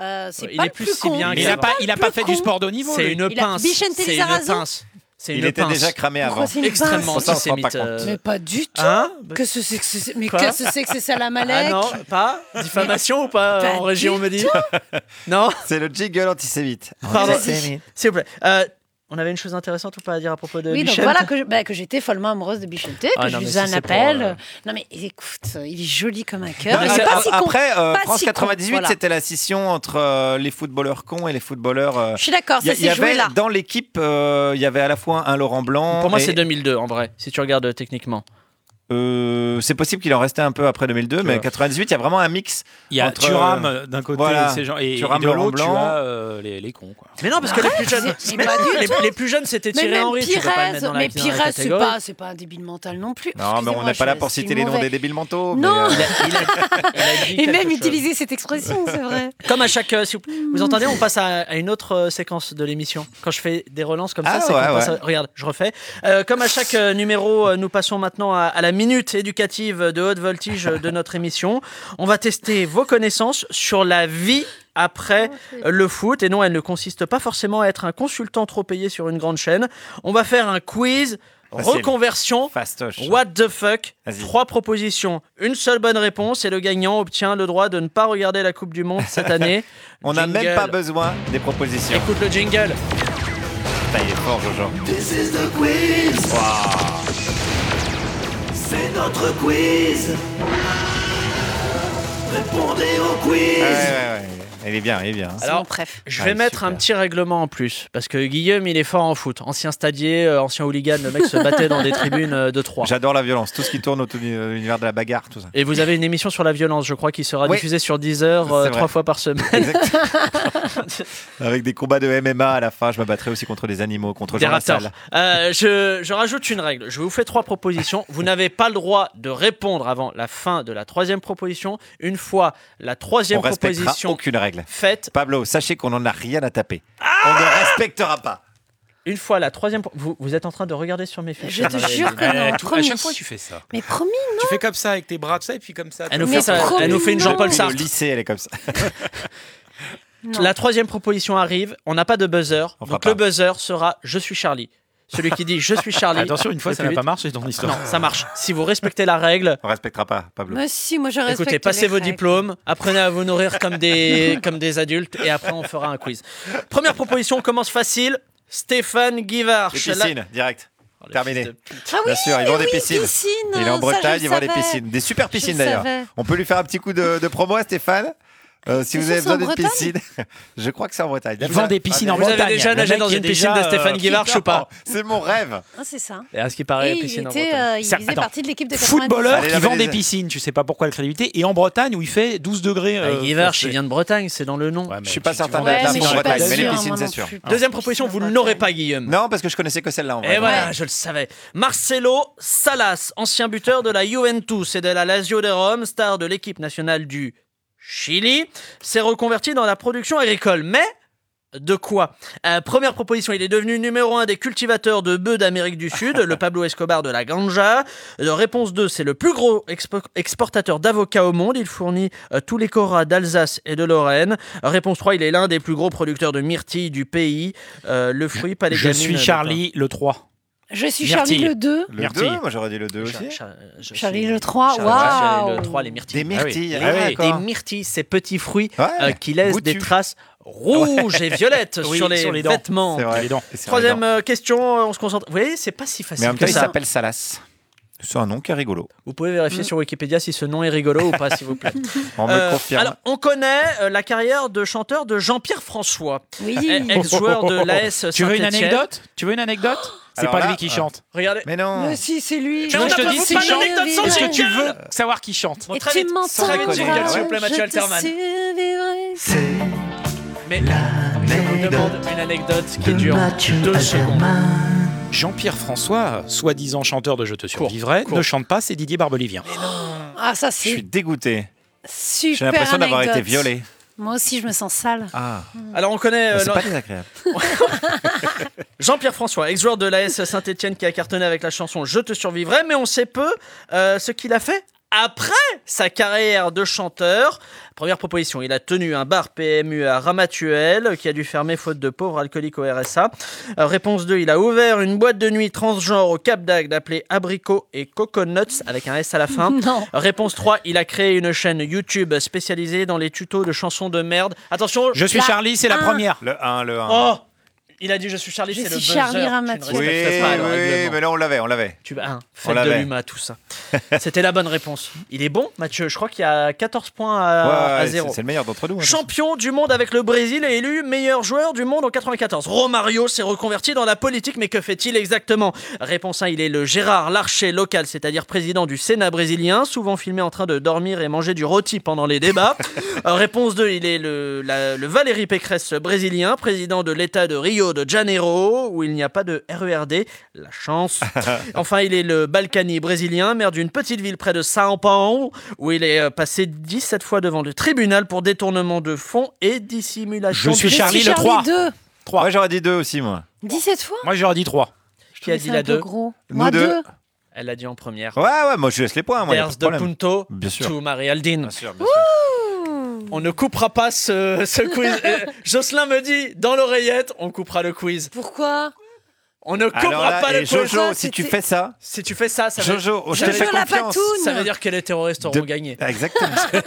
euh, c'est
Il
pas
est
le
plus
plus
si
con.
bien
Mais il a pas, il a pas fait
con.
du sport de haut niveau.
C'est
lui.
une
Il a-
pince.
Bichente
C'est une
Lizarazu
pince. C'est
Il
une
était
pince.
déjà cramé
Pourquoi
avant.
c'est une pince
Extrêmement
Ça, on s'en rend pas
antisémite.
compte.
euh,
Mais pas du tout.
Hein
que ce c'est que c'est mais
Quoi
que ce c'est que c'est Salamalek
Ah non,
*laughs*
pas Diffamation ou pas,
Pas
en région, on
du Oh,
me dit *laughs* Non
C'est le jiggle antisémite.
Pardon.
Antisémite.
S'il vous plaît. Euh, on avait une chose intéressante ou pas à dire à propos de
Oui, donc
Michel
voilà que je- bah, que j'étais follement amoureuse de Bichente, que
Ah
je
non,
lui
mais
faisais
si
un
c'est pour,
appel.
euh,
Non mais écoute, il est joli comme un
Non,
cœur.
mais
Il est
c'est-
pas si con.
après, euh,
Pas
France
si con,
98,
voilà.
c'était la scission entre euh, les footballeurs cons et les footballeurs. euh,
Je suis d'accord,
il y a-
ça
il y
s'est joué
avait
là.
dans l'équipe, euh, il y avait à la fois un Laurent Blanc.
Pour moi,
et-
c'est 2002 en vrai, si tu regardes euh, techniquement.
Euh, c'est possible qu'il en restait un peu après 2002, mais
vois.
98, il y a vraiment un mix.
Il y a
entre,
Thuram
euh,
euh, d'un côté
voilà.
ces gens, et, et
Thuram,
de
Laurent
l'autre tu
Blanc.
as euh, les, les cons. Quoi.
Mais non, parce que les plus jeunes,
mais
Mais
pas
non,
du
les,
tout.
les plus jeunes, c'était
Mais
Thierry
même
Henry. tu peux pas le mettre
Pires,
dans la- dans la
mais Pires, c'est
catégorie.
pas, c'est pas un débile mental non plus.
Non, mais on
Excusez-moi,
n'est pas là
je
pour
suis
citer les noms
mauvais.
des débiles mentaux. mais,
Non.
euh,
dit
Et même
quelque chose.
utiliser cette expression, c'est vrai.
Comme à chaque. euh, si vous, vous entendez, on passe à, à une autre euh, séquence de l'émission. Quand je fais des relances comme
Ah,
ça, c'est
ouais,
qu'on passe à-
ouais.
Regarde, je refais. Euh, comme à chaque euh, numéro, euh, nous passons maintenant à, à la minute éducative de haute voltige euh, de notre émission. On va tester vos connaissances sur la vie après euh, le foot. Et non, elle ne consiste pas forcément à être un consultant trop payé sur une grande chaîne. On va faire un quiz.
Facile.
Reconversion,
Fastoche.
What the fuck
Vas-y.
Trois propositions, une seule bonne réponse et le gagnant obtient le droit de ne pas regarder la Coupe du Monde
*laughs*
cette année.
On n'a même
Jingle.
pas besoin des propositions.
Écoute le jingle.
Putain, il est fort, Jojo.
This is the quiz. C'est notre quiz. Répondez au quiz.
Ouais, ouais, ouais. Il est bien, il est bien.
C'est
Alors,
mon préf.
Je
Ah,
vais
il est
mettre un
super.
petit règlement en plus parce que Guillaume il est fort en foot, ancien stadier, euh, ancien hooligan, le mec se battait dans des tribunes euh, de
*laughs*
trois.
J'adore la violence, tout ce qui tourne autour de l'univers de la bagarre, tout ça.
Et vous avez une émission sur la violence, je crois, qui sera
Oui.
diffusée sur 10 heures euh,
C'est vrai.
trois fois par semaine.
*laughs* Avec des combats de MMA à la fin, je me battrai aussi contre des animaux, contre
Des
Jean
rateurs.
Lassalle.
Euh, je, je rajoute une règle. Je vous fais trois propositions. Vous n'avez pas le droit de répondre avant la fin de la troisième proposition. Une fois la troisième
On respectera
proposition
aucune règle.
faite,
Pablo, sachez qu'on n'en a rien à taper. on ne respectera pas.
une fois la troisième, pro- vous, vous êtes en train de regarder sur mes fiches. Ah,
Je te jure que
Euh,
Ah non.
tout- à
Promis.
chaque fois tu fais ça. Ah
Mais promis,
Tu fais comme ça avec tes bras de ça et puis comme ça.
Elle nous
Mais
fait, ça-
promis,
elle nous fait une
non.
Jean-Paul
Depuis
Sartre.
Le lycée, elle est comme ça.
non.
La troisième proposition arrive. On n'a pas de buzzer.
On fera
donc
pas.
le buzzer sera Je suis Charlie. Celui qui dit Je suis Charlie.
Attention, une fois
le
ça
plus
n'a pas
vite.
marché dans l'histoire.
Non, ça marche. Si vous respectez la règle,
On respectera pas, Pablo.
Mais si, moi je respecte.
Écoutez, passez
les
vos
règles.
diplômes, apprenez à vous nourrir comme des, *laughs* comme des adultes et après on fera un quiz. Première proposition, on commence facile. Stéphane Guivard. Oh,
Les piscines, direct. Terminé.
Ah oui,
Bien sûr, ils vendent
mais
des
oui,
piscines.
piscines,
Il est
ça,
en
je
Bretagne,
le
il vend des
savais.
piscines. Des super piscines
le
d'ailleurs.
savais.
On peut lui faire un petit coup de, de promo à Stéphane. Euh, si
C'est
vous
ça,
avez
c'est en
besoin d'une
Bretagne
piscine, *laughs* je crois que c'est en Bretagne. Ah,
Ils vendent des piscines en
Vous avez
Bretagne.
déjà
Le
nagé
mec
dans
qui est
une piscine
déjà,
de Stéphane
euh,
Guivard, je sais pas.
C'est mon rêve.
Ah, c'est ça.
Et à ce qui
Et
paraît,
il,
piscine en
était,
Bretagne.
euh, il
Ça-
faisait
attends.
partie de l'équipe de 90.
Footballeur
Allez,
qui
lavez
vend
les-
des piscines, tu sais pas pourquoi la crédibilité. Et en Bretagne où il fait 12 degrés.
Bah,
euh,
Guivard, il
c'est-
vient de Bretagne, c'est dans le nom.
Ouais, mais
Je
tu-
suis pas
tu
certain
vends
d'être
des
là
mais
pour
je suis pas
Bretagne, mais les
sûre,
piscines,
moi
c'est
non
sûr.
plus.
Deuxième proposition, vous ne l'aurez pas, Guillaume.
Non, parce que je connaissais que celle-là en vrai.
Et voilà, Ah, je le savais. Marcelo Salas, ancien buteur de la Juventus et de la Lazio de Rome, star de l'équipe nationale du Chili, s'est reconverti dans la production agricole. Mais de quoi Euh, Première proposition, il est devenu numéro un des cultivateurs de bœufs d'Amérique du Sud, le Pablo Escobar de la Ganja. Euh, réponse 2, c'est le plus gros expo- exportateur d'avocats au monde. Il fournit euh, tous les coras d'Alsace et de Lorraine. Euh, réponse 3, il est l'un des plus gros producteurs de myrtilles du pays. Euh, le fruit, pas les
Je
gamines,
suis
le
Charlie le 3.
Je suis
Myrtille.
Charlie le 2.
Le
Myrtille.
2, moi j'aurais dit le 2 aussi.
Charlie le 3,
euh, Charlie le
waouh.
3, les myrtilles.
Des myrtilles.
Les-
ah ouais,
des
d'accord.
myrtilles, ces petits fruits
Ouais,
euh, qui laissent
goûtu.
des traces rouges et
*laughs*
violettes
Oui,
sur les,
sur les dents.
vêtements.
C'est vrai.
Les dents.
Et c'est vrai,
Troisième
non.
euh, question, euh, on se concentre. Vous voyez, c'est pas si
Mais
facile
en même temps,
que
il
ça.
s'appelle Salas. C'est un nom qui est rigolo.
Vous pouvez vérifier sur Wikipédia si ce nom est rigolo ou pas, s'il vous plaît.
Hmm. *laughs* On me
Euh,
le confirme.
alors, on connaît euh, la carrière de chanteur de Jean-Pierre François,
Oui.
eh, ex-joueur
*laughs*
de l'AS
*laughs*
Saint-Etienne.
Tu veux une anecdote Tu veux une anecdote C'est
Alors
pas
là,
lui qui
euh,
chante.
Regardez.
Mais non.
Mais si, c'est lui.
Tu veux que je te dise
pas
qui chante
d'anecdote sans
Est-ce que
jingle
tu veux savoir qui chante
Et
Très
tu
vite,
m'entends,
très vite,
jingle, s'il vous plaît,
Mathieu Alterman.
C'est
Mais je vous demande une anecdote qui dure deux secondes.
Jean-Pierre François, euh, soi-disant chanteur de Je te survivrai,
cours.
ne chante pas, c'est Didier Barbelivien.
Ah, ça,
Je suis
c'est
dégoûté.
super.
J'ai l'impression d'avoir été
anecdote.
violé.
Moi aussi, je me sens sale.
Ah.
Alors on connaît euh,
C'est
l'en-
pas désagréable.
Jean-Pierre François, ex-joueur de l'AS Saint-Etienne qui a cartonné avec la chanson Je te survivrai, mais on sait peu euh, ce qu'il a fait après sa carrière de chanteur. Première proposition, il a tenu un bar PMU à Ramatuel qui a dû fermer faute de pauvres alcooliques au RSA. Euh, réponse 2, il a ouvert une boîte de nuit transgenre au Cap d'Agde appelée Abricot et Coconuts avec un S à la fin.
Non.
Réponse 3, il a créé une chaîne YouTube spécialisée dans les tutos de chansons de merde. Attention,
Je suis
La
Charlie, c'est
Ah.
la
un.
première.
Le 1, le 1.
Oh Il a dit je suis Charlie,
Je
c'est le
suis
buzzer.
Charlie
Tu ne
Ramatier.
Oui, oui,
respectes pas le règlement.
mais là on l'avait, on l'avait.
Tu vas hein,
On
faites de
l'avait.
l'humain tout ça. C'était la bonne réponse. Il est bon, Mathieu. Je crois qu'il y a 14 points à,
Ouais, ouais,
à
c'est-
0.
c'est le meilleur d'entre nous. hein.
Champion du monde avec le Brésil et élu meilleur joueur du monde en 94. Romario s'est reconverti dans la politique, mais que fait-il exactement Réponse 1, il est le Gérard Larcher local, c'est-à-dire président du Sénat brésilien, souvent filmé en train de dormir et manger du rôti pendant les
*laughs*
débats. Euh, réponse 2, il est le, la- le Valérie Pécresse brésilien, président de l'État de Rio de Janeiro, où il n'y a pas de RERD. La
*laughs*
chance. Enfin, il est le Balkany brésilien, maire d'une petite ville près de Sao Paulo, où il est euh, passé 17 fois devant le tribunal pour détournement de fonds et dissimulation.
Je suis
de-
Charlie,
Je suis
le 3.
2.
Ouais, j'aurais dit deux aussi, moi.
17 fois
Moi, j'aurais dit 3.
Qui a
Mais
dit
c'est
la
un peu
2
gros.
Nous
Moi,
deux.
2.
Elle l'a dit en première.
Ouais, ouais, moi je laisse les points, moi. y a pas
Vers
de
de
problème.
Punto
Bien sûr.
to Marialdine.
Ah,
Bien sûr, bien sûr.
On ne coupera pas ce, ce quiz.
*laughs*
Euh, Jocelyn me dit dans l'oreillette, on coupera le quiz.
Pourquoi
On ne coupera
Alors là,
pas le
et
quiz.
Jojo,
Cousin,
si tu
c'était-
fais ça,
Si tu fais ça, ça veut,
Jojo, je
ça
te
veut-
fais
Jojo la
confiance.
patoune.
ça veut dire que les terroristes auront
De-
gagné.
Ah, Exactement.
Oh,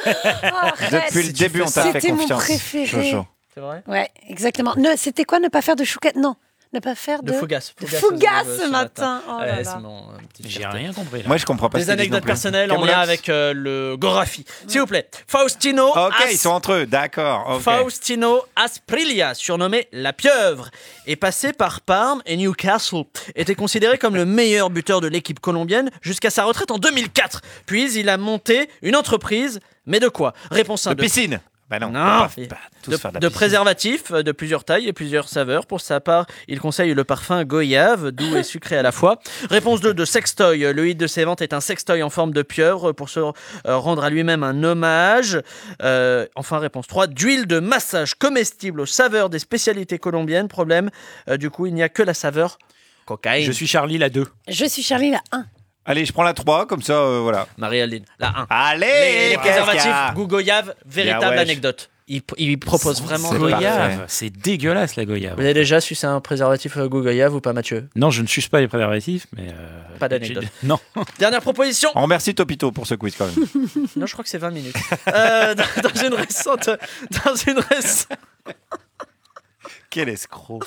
arrête.
*laughs* Depuis le début, on t'a fait
C'était mon
confiance.
préféré.
Jojo.
C'est vrai
Ouais, exactement. Ne, c'était quoi ne pas faire de chouquette Non, ne pas faire de.
De Fougas.
de
Fougas,
Fougas
euh,
ce matin. Oh là
Ouais,
là.
c'est mon, euh, petit
J'ai
fierté.
rien compris. Là.
Moi, je comprends pas.
Des anecdotes personnelles en
est
lien avec euh, le Gorafi. S'il vous plaît. Faustino.
Ok,
As-
ils sont entre eux, d'accord. ok.
Faustino Asprilla, surnommé La Pieuvre, est passé par Parme et Newcastle, était considéré comme le meilleur buteur de l'équipe colombienne jusqu'à sa retraite en 2004. Puis il a monté une entreprise, mais hein, de quoi Réponse 1
De piscine. Bah non.
Non,
on peut pas- pas tous
de,
faire de,
de
la piscine.
préservatifs euh, de plusieurs tailles et plusieurs saveurs. Pour sa part, il conseille le parfum goyave, doux et sucré à la fois. Réponse 2 de sextoy. Le hit de ses ventes est un sextoy en forme de pieuvre pour se euh, rendre à lui-même un hommage. Euh, enfin, réponse 3 d'huile de massage comestible aux saveurs des spécialités colombiennes. Problème, euh, du coup, il n'y a que la saveur cocaïne.
Je suis Charlie, la 2.
Je suis Charlie la 1.
Allez, je prends la 3, comme ça, euh, voilà.
Marie-Aline, la 1.
Allez,
les, les
Eh, qu'est-ce qu'il y a
préservatifs, goût goyave, véritable
wesh.
anecdote. Il, il propose vraiment
C'est
de-
parfait.
Goyave, c'est dégueulasse la
Vous
goyave.
avez déjà sucé un préservatif euh, goût goyave ou pas, Mathieu
Non, je ne suce pas les préservatifs, mais. euh,
Pas
*laughs*
d'anecdote.
j'ai- Non.
Dernière proposition.
On remercie Topito pour ce quiz quand *laughs* même.
Non, je crois que c'est 20 minutes. Euh, *laughs* dans, dans une récente, dans une récente,
Quel escroc.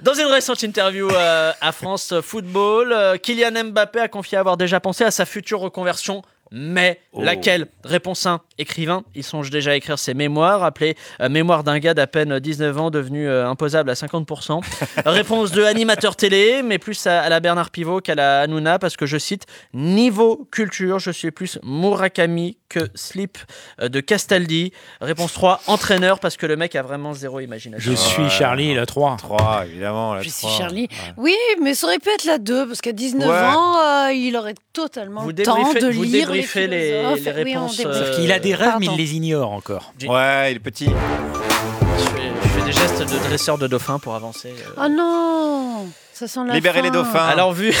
dans une récente interview euh, à France Football, euh, Kylian Mbappé a confié avoir déjà pensé à sa future reconversion. Mais laquelle Réponse 1, écrivain. Il songe déjà à écrire ses mémoires, appelées euh, Mémoires d'un gars d'à peine 19 ans devenu euh, imposable à 50%. Réponse 2, animateur télé, mais plus à, à la Bernard Pivot qu'à la Hanouna, parce que je cite Niveau culture, je suis plus Murakami que Slip euh, de Castaldi. Réponse 3, entraîneur, parce que le mec a vraiment zéro imagination.
Je suis Charlie, la 3.
3, évidemment. La
Je suis
trois.
Charlie.
Ouais.
Oui, mais ça aurait pu être la 2, parce qu'à 19
Ouais.
ans, euh, il aurait totalement
Vous
le temps
débriefez-
de
vous
lire les,
débriefez les-
philosophes.
les
Oui, on
réponses,
débriefe.
euh,
Il a des rêves, mais
Pardon.
il les ignore encore.
Ouais, il est petit.
Je fais, je fais des gestes de dresseur de dauphin pour avancer. euh.
Oh non Ça sent la
Libérez les
fin.
dauphins.
Alors vu,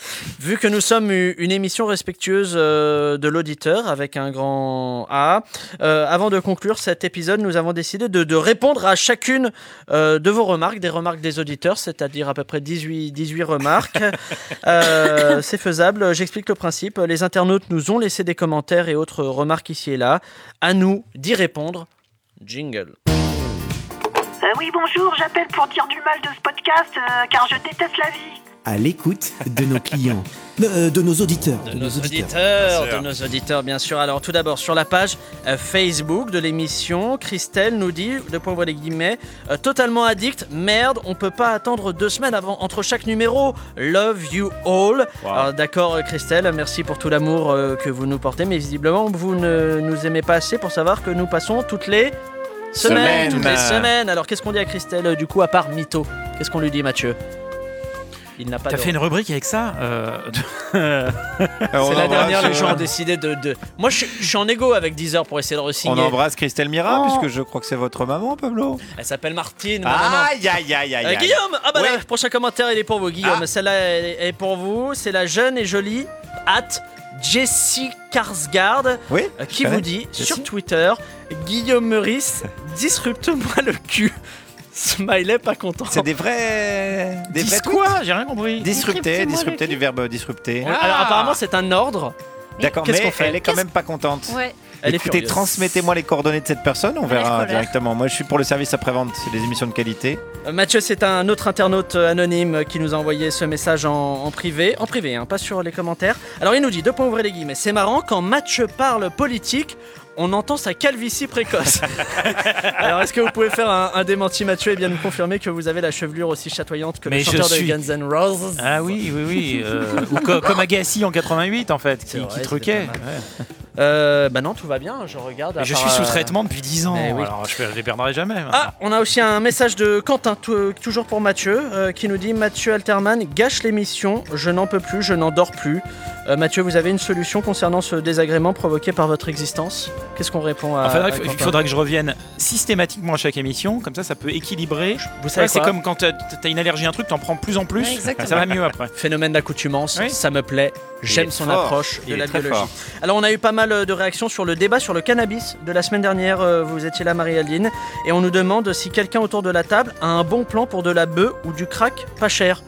*laughs* vu que nous sommes u- une émission respectueuse euh, de l'auditeur avec un grand A, euh, avant de conclure cet épisode, nous avons décidé de, de répondre à chacune euh, de vos remarques, des remarques des auditeurs, c'est-à-dire à peu près 18, 18 remarques. Euh, C'est faisable, j'explique le principe. Les internautes nous ont laissé des commentaires et autres remarques ici et là. À nous d'y répondre. Jingle.
oui, bonjour, j'appelle pour dire du mal de ce podcast, euh, car je déteste la vie.
À l'écoute de nos clients. Euh, *laughs* de nos auditeurs.
de nos auditeurs, de nos auditeurs, bien sûr. Alors, tout d'abord, sur la page euh, Facebook de l'émission, Christelle nous dit, de point les guillemets, euh, totalement addict, merde, on peut pas attendre deux semaines avant entre chaque numéro. Love you all.
Wow.
Alors, d'accord, euh, Christelle, merci pour tout l'amour euh, que vous nous portez, mais visiblement, vous ne nous aimez pas assez pour savoir que nous passons toutes les Semaine, toutes les semaines. Alors, qu'est-ce qu'on dit à Christelle, euh, du coup, à part mytho Qu'est-ce qu'on lui dit, Mathieu Il n'a pas
T'as
de-
fait une rubrique avec ça euh, de-
C'est la dernière,
euh,
les gens ont décidé de. de- Moi, je, suis- je suis en égo avec Deezer pour essayer de
On
resigner.
embrasse Christelle Mira,
Oh.
puisque je crois que c'est votre maman, Pablo.
Elle s'appelle Martine. ma maman.
Aïe, aïe, aïe, aïe.
Euh,
aïe. Ah.
Guillaume Ah bah
Ouais.
le prochain commentaire, il est pour vous, Guillaume. Celle-là elle est- elle est pour vous. C'est la jeune et jolie at Jessie Karsgaard
Oui,
euh, qui
je connais.
vous dit
Jessie.
sur Twitter Guillaume Meurice, disrupte-moi le cul. *laughs* Smiley pas content.
C'est des vrais. Des
Dis
vrais
quoi J'ai rien compris.
Disrupté, disrupté du verbe disrupter.
Alors apparemment, c'est un ordre.
Ah, D'accord,
Qu'est-ce
mais
qu'on fait
elle est quand même pas contente.
Ouais. Elle est
Écoutez,
furieuse.
transmettez-moi les coordonnées de cette personne, on
est
verra
colère.
directement. Moi, je suis pour le service après-vente, c'est des émissions de qualité.
Euh, Mathieu, c'est un autre internaute euh, anonyme euh, qui nous a envoyé ce message en, en privé. En privé, hein, pas sur les commentaires. Alors il nous dit, deux points ouvrez les guillemets, c'est marrant, quand Mathieu parle politique, on entend sa calvitie précoce. *laughs* Alors est-ce que vous pouvez faire un, un démenti Mathieu et bien nous confirmer que vous avez la chevelure aussi chatoyante que
Mais
le
je
chanteur
suis-
de Guns N' Roses
Ah oui, oui, oui. euh, ou co- comme Agassi en 88, en fait, qui,
vrai,
qui truquait.
c'était pas
Ouais.
Euh, bah non, tout va bien, je regarde. à
Mais je
part,
suis
euh,
sous traitement depuis 10 ans.
Mais oui.
Alors, je ne les perdrai jamais. maintenant.
Ah, on a aussi un message de Quentin, tou- euh, toujours pour Mathieu, euh, qui nous dit Mathieu Alterman gâche l'émission, je n'en peux plus, je n'en dors plus. Euh, Mathieu, vous avez une solution concernant ce désagrément provoqué par votre existence Qu'est-ce qu'on répond à.
Euh,
Enfin, bref,
à
il
Quentin
faudra que je revienne systématiquement à chaque émission, comme ça ça peut équilibrer.
Vous savez
Ouais, c'est
quoi
comme quand t'as- t'as une allergie à un truc, t'en prends plus en plus,
Ouais, exactement.
ça va mieux après.
Phénomène d'accoutumance, ça me plaît, j'aime
est
son
fort,
approche
il
de
est
la
très
biologie.
fort.
Alors on a eu pas mal euh, de réactions sur le débat sur le cannabis de la semaine dernière, euh, vous étiez là Marie-Aline, et on nous demande si quelqu'un autour de la table a un bon plan pour de la bœuf ou du crack pas cher.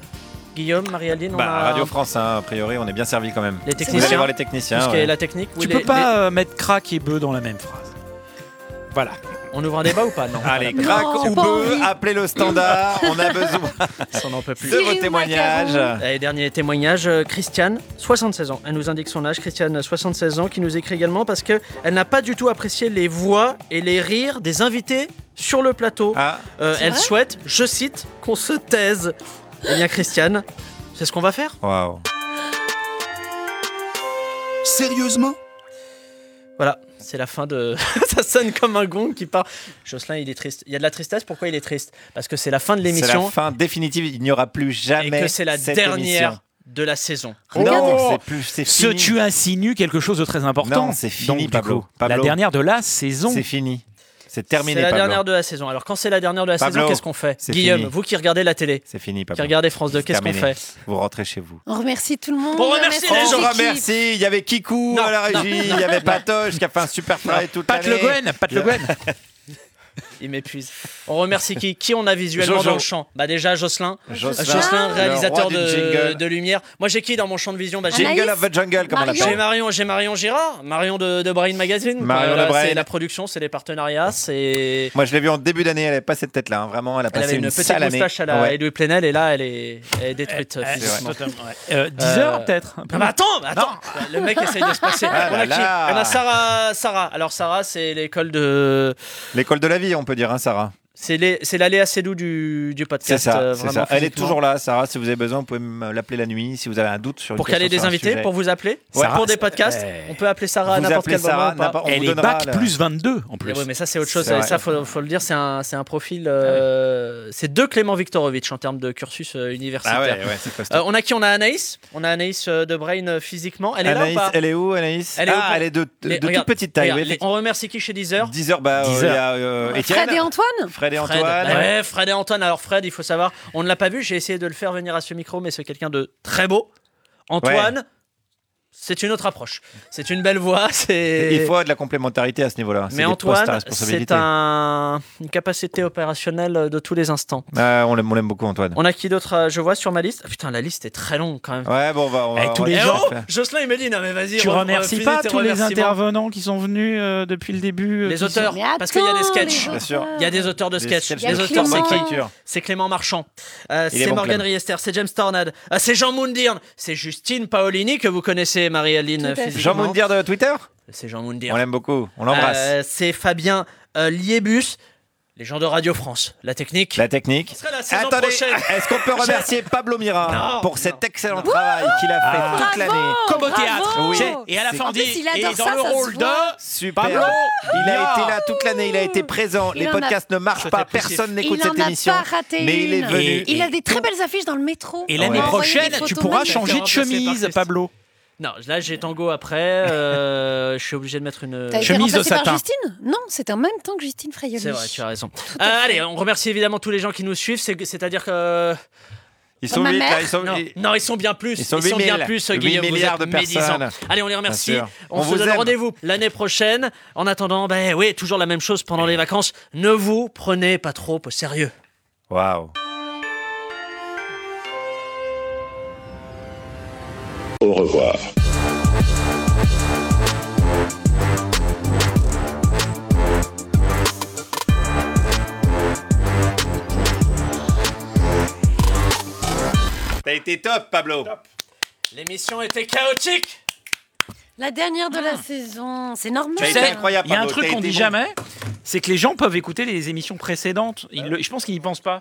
Guillaume, Marie-Aline, on
Bah,
a...
Radio France, hein, a priori, on est bien servi quand même.
Les
Vous
techniciens.
allez voir les techniciens.
Tout ce qui est
ouais.
la technique, oui,
tu
les-
peux pas
les-
euh, mettre crack et bœuf dans la même phrase. Voilà.
On ouvre un débat ou pas Non.
Allez, crack ou bœuf, appelez
*laughs*
le standard, on a besoin
On n'en peut *laughs* plus.
de vos témoignages.
Et dernier témoignage, euh, Christiane, 76 ans. Elle nous indique son âge, Christiane, 76 ans, qui nous écrit également parce que elle n'a pas du tout apprécié les voix et les rires des invités sur le plateau.
Ah.
Euh,
C'est
elle
vrai
souhaite, je cite, qu'on se taise. Eh bien, Christiane, c'est ce qu'on va faire
Waouh.
Sérieusement Voilà, c'est la fin de. *laughs* ça sonne comme un gong qui part. Jocelyn, il est triste. Il y a de la tristesse, pourquoi il est triste Parce que c'est la fin de
C'est la
l'émission
fin définitive, il n'y aura plus
et
jamais
que c'est la
cette
dernière
émission.
de la saison.
Non,
c'est plus- c'est
Ce
fini.
tu insinues quelque chose de très important.
Non, c'est fini,
Donc, du
Pablo.
coup,
Pablo.
La dernière de la saison.
C'est fini. C'est terminé,
C'est la
Pablo.
dernière de la saison. Alors, quand c'est la dernière de la
Pablo,
saison, qu'est-ce qu'on fait
c'est
Guillaume,
fini.
vous qui regardez la télé,
C'est fini, Pablo.
qui regardez France 2,
C'est
qu'est-ce qu'on
terminé.
fait
Vous rentrez chez vous.
On remercie tout le monde.
On remercie les
notre
gens.
équipe.
Ah, merci, il y avait Kikou
Non,
à la
non,
régie,
non,
il y avait
non.
Patoche qui a fait un super travail toute
Pat Le
l'année.
Guen, Pat
*laughs*
Le Guen.
Il m'épuise. On remercie qui Qui on a visuellement
Jojo.
dans le champ Bah déjà Jocelyn. Euh,
Jocelyn.
Ah, Jocelyn,
Le
réalisateur
roi du
de,
jingle.
de lumière. Moi j'ai qui dans mon champ de vision bah, j'ai-
Jingle of the Jungle, comme on
J'ai
l'appelle.
Marion, j'ai Marion Gérard, Marion de, de Brain Magazine.
Marion
Voilà,
de Brain.
C'est la production, c'est les partenariats, c'est.
Moi, je l'ai vu en début d'année, elle avait pas cette tête-là. hein. Vraiment, elle a
Elle
passé
avait une, petite
sale année.
moustache à la
Ouais.
Edoui Plenel et là elle est, elle est détruite.
Eh,
physiquement.
Euh, 10 heures
Euh,
peut-être. un peu
Ah bah attends, bah attends. Le mec essaye de se passer.
Ah
on a
là
qui
là.
On a Sarah, Sarah. Alors Sarah, c'est l'école de,
L'école de la vie, on peut dire, hein, Sarah.
c'est les- c'est l'allée assez doux du, du
C'est
podcast. euh,
ça, c'est
vraiment
ça. Elle est
physiquement.
toujours là, Sarah. Si vous avez besoin, vous pouvez me l'appeler la nuit. Si vous avez un doute sur une
Pour qu'elle ait
question,
des
sur un
invités,
sujet.
pour vous appeler,
Sarah,
pour des
c'est-
podcasts.
eh.
On peut appeler Sarah à
Vous
n'importe
appelez
quel moment.
Sarah,
ou pas.
n'importe- on
Elle
vous
est
donnera
bac
la-
plus 22 en plus.
Mais oui, mais ça c'est autre chose.
C'est
Ça,
vrai.
faut, faut le dire, c'est un, c'est un profil. euh, C'est deux Clément Viktorovitch en termes de cursus euh, universitaire.
Ah ouais, ouais, c'est costaud.
Euh, on a qui On a Anaïs. On a Anaïs euh, de Brain euh, physiquement. Elle est
Anaïs,
là ou pas
elle est où, Anaïs
Elle est au
Ah,
point.
elle est de, de
Les-
toute
regarde,
petite taille.
regarde,
oui,
les- on remercie qui chez Deezer
10 heures, bah, euh, il y
Deezer.
a euh, Étienne.
Fred et Antoine.
Fred
Fred.
et Antoine.
Ouais, Fred et Antoine. Alors Fred, il faut savoir, on ne l'a pas vu. J'ai essayé de le faire venir à ce micro, mais c'est quelqu'un de très beau. Antoine, c'est une autre approche. C'est une belle voix. C'est.
Il faut de la complémentarité à ce niveau-là. C'est
Mais
des postes à
Antoine, c'est
responsabilité.
un- une capacité opérationnelle de tous les instants.
Ah, on l'aime on l'aime beaucoup, Antoine.
On a qui d'autre euh, Je vois sur ma liste. Ah, putain, la liste est très longue quand même.
Ouais, bon, on va. on va-
Avec tous
on va-
les
Eh
gens.
oh Jocelyn, il m'a dit, non mais vas-y.
Tu
re-
remercies
finis
pas
tes
tous les
remerciements.
intervenants qui sont venus euh, depuis le début. euh,
Les
qui
auteurs,
sont-
parce qu'il y a des sketchs.
Bien sûr.
Il y a des auteurs de
Des
sketch.
sketchs
Les
de
auteurs, c'est
bonne
qui
facture.
C'est Clément Marchand. Euh,
Il est
c'est
bon,
Morgan
Clem.
Riester. C'est James Tornade. Euh, c'est Jean Moundir. C'est Justine Paolini que vous connaissez, Marie-Aline.
Jean
physiquement.
Moundir de Twitter
C'est Jean Moundir.
On l'aime beaucoup. On l'embrasse.
Euh, c'est Fabien euh, Liebus. euh, Les gens de Radio France. La technique
La technique.
Ce sera la saison
Attendez,
prochaine.
*laughs*
*laughs*
est-ce qu'on peut remercier Pablo Mira
Non,
pour cet excellent travail qu'il a fait
Ah.
toute l'année
Comme au théâtre.
Oui.
C'est- Et à la
C'est-
fin, on dit,
il adore
et dans
ça,
le
ça se
rôle de...
voit.
Super.
Pablo
il a
Mira.
été là toute l'année, il a été présent.
Il
Les
en a-
podcasts ne marchent pas, personne n'écoute cette émission.
Il en a pas raté
mais il est
une.
venu.
Il a des très belles affiches dans le métro.
Et l'année
On m'a envoyé
prochaine,
des
tu
photos
pourras
magnifiques.
changer de chemise, Pablo.
Non, là j'ai tango après. euh, je suis obligé de mettre une
T'as été remplacée par Justine Non, c'est en même temps que Justine Frayoli.
C'est vrai, tu as raison. Euh, allez, on remercie évidemment tous les gens qui nous suivent. c'est- C'est-à-dire que. euh,
Ils sont Ma huit, là, mère ils sont-
non.
ils-
non, ils sont bien plus.
Ils sont huit
bien
mille.
plus, euh,
Huit
Guillaume. vous
milliards
êtes
de personnes.
médisants. Allez, on les remercie.
Bien sûr.
On,
On
se
vous
donne
aime.
rendez-vous l'année prochaine. En attendant, ben oui, toujours la même chose pendant les vacances. Ne vous prenez pas trop au sérieux.
Waouh.
Au revoir.
T'as été top, Pablo.
L'émission était chaotique.
La dernière de la saison, c'est normal. Ah.
Tu sais, Il y a un truc qu'on dit jamais, c'est que les gens peuvent écouter les émissions précédentes. Ils le- je pense qu'ils n'y pensent pas.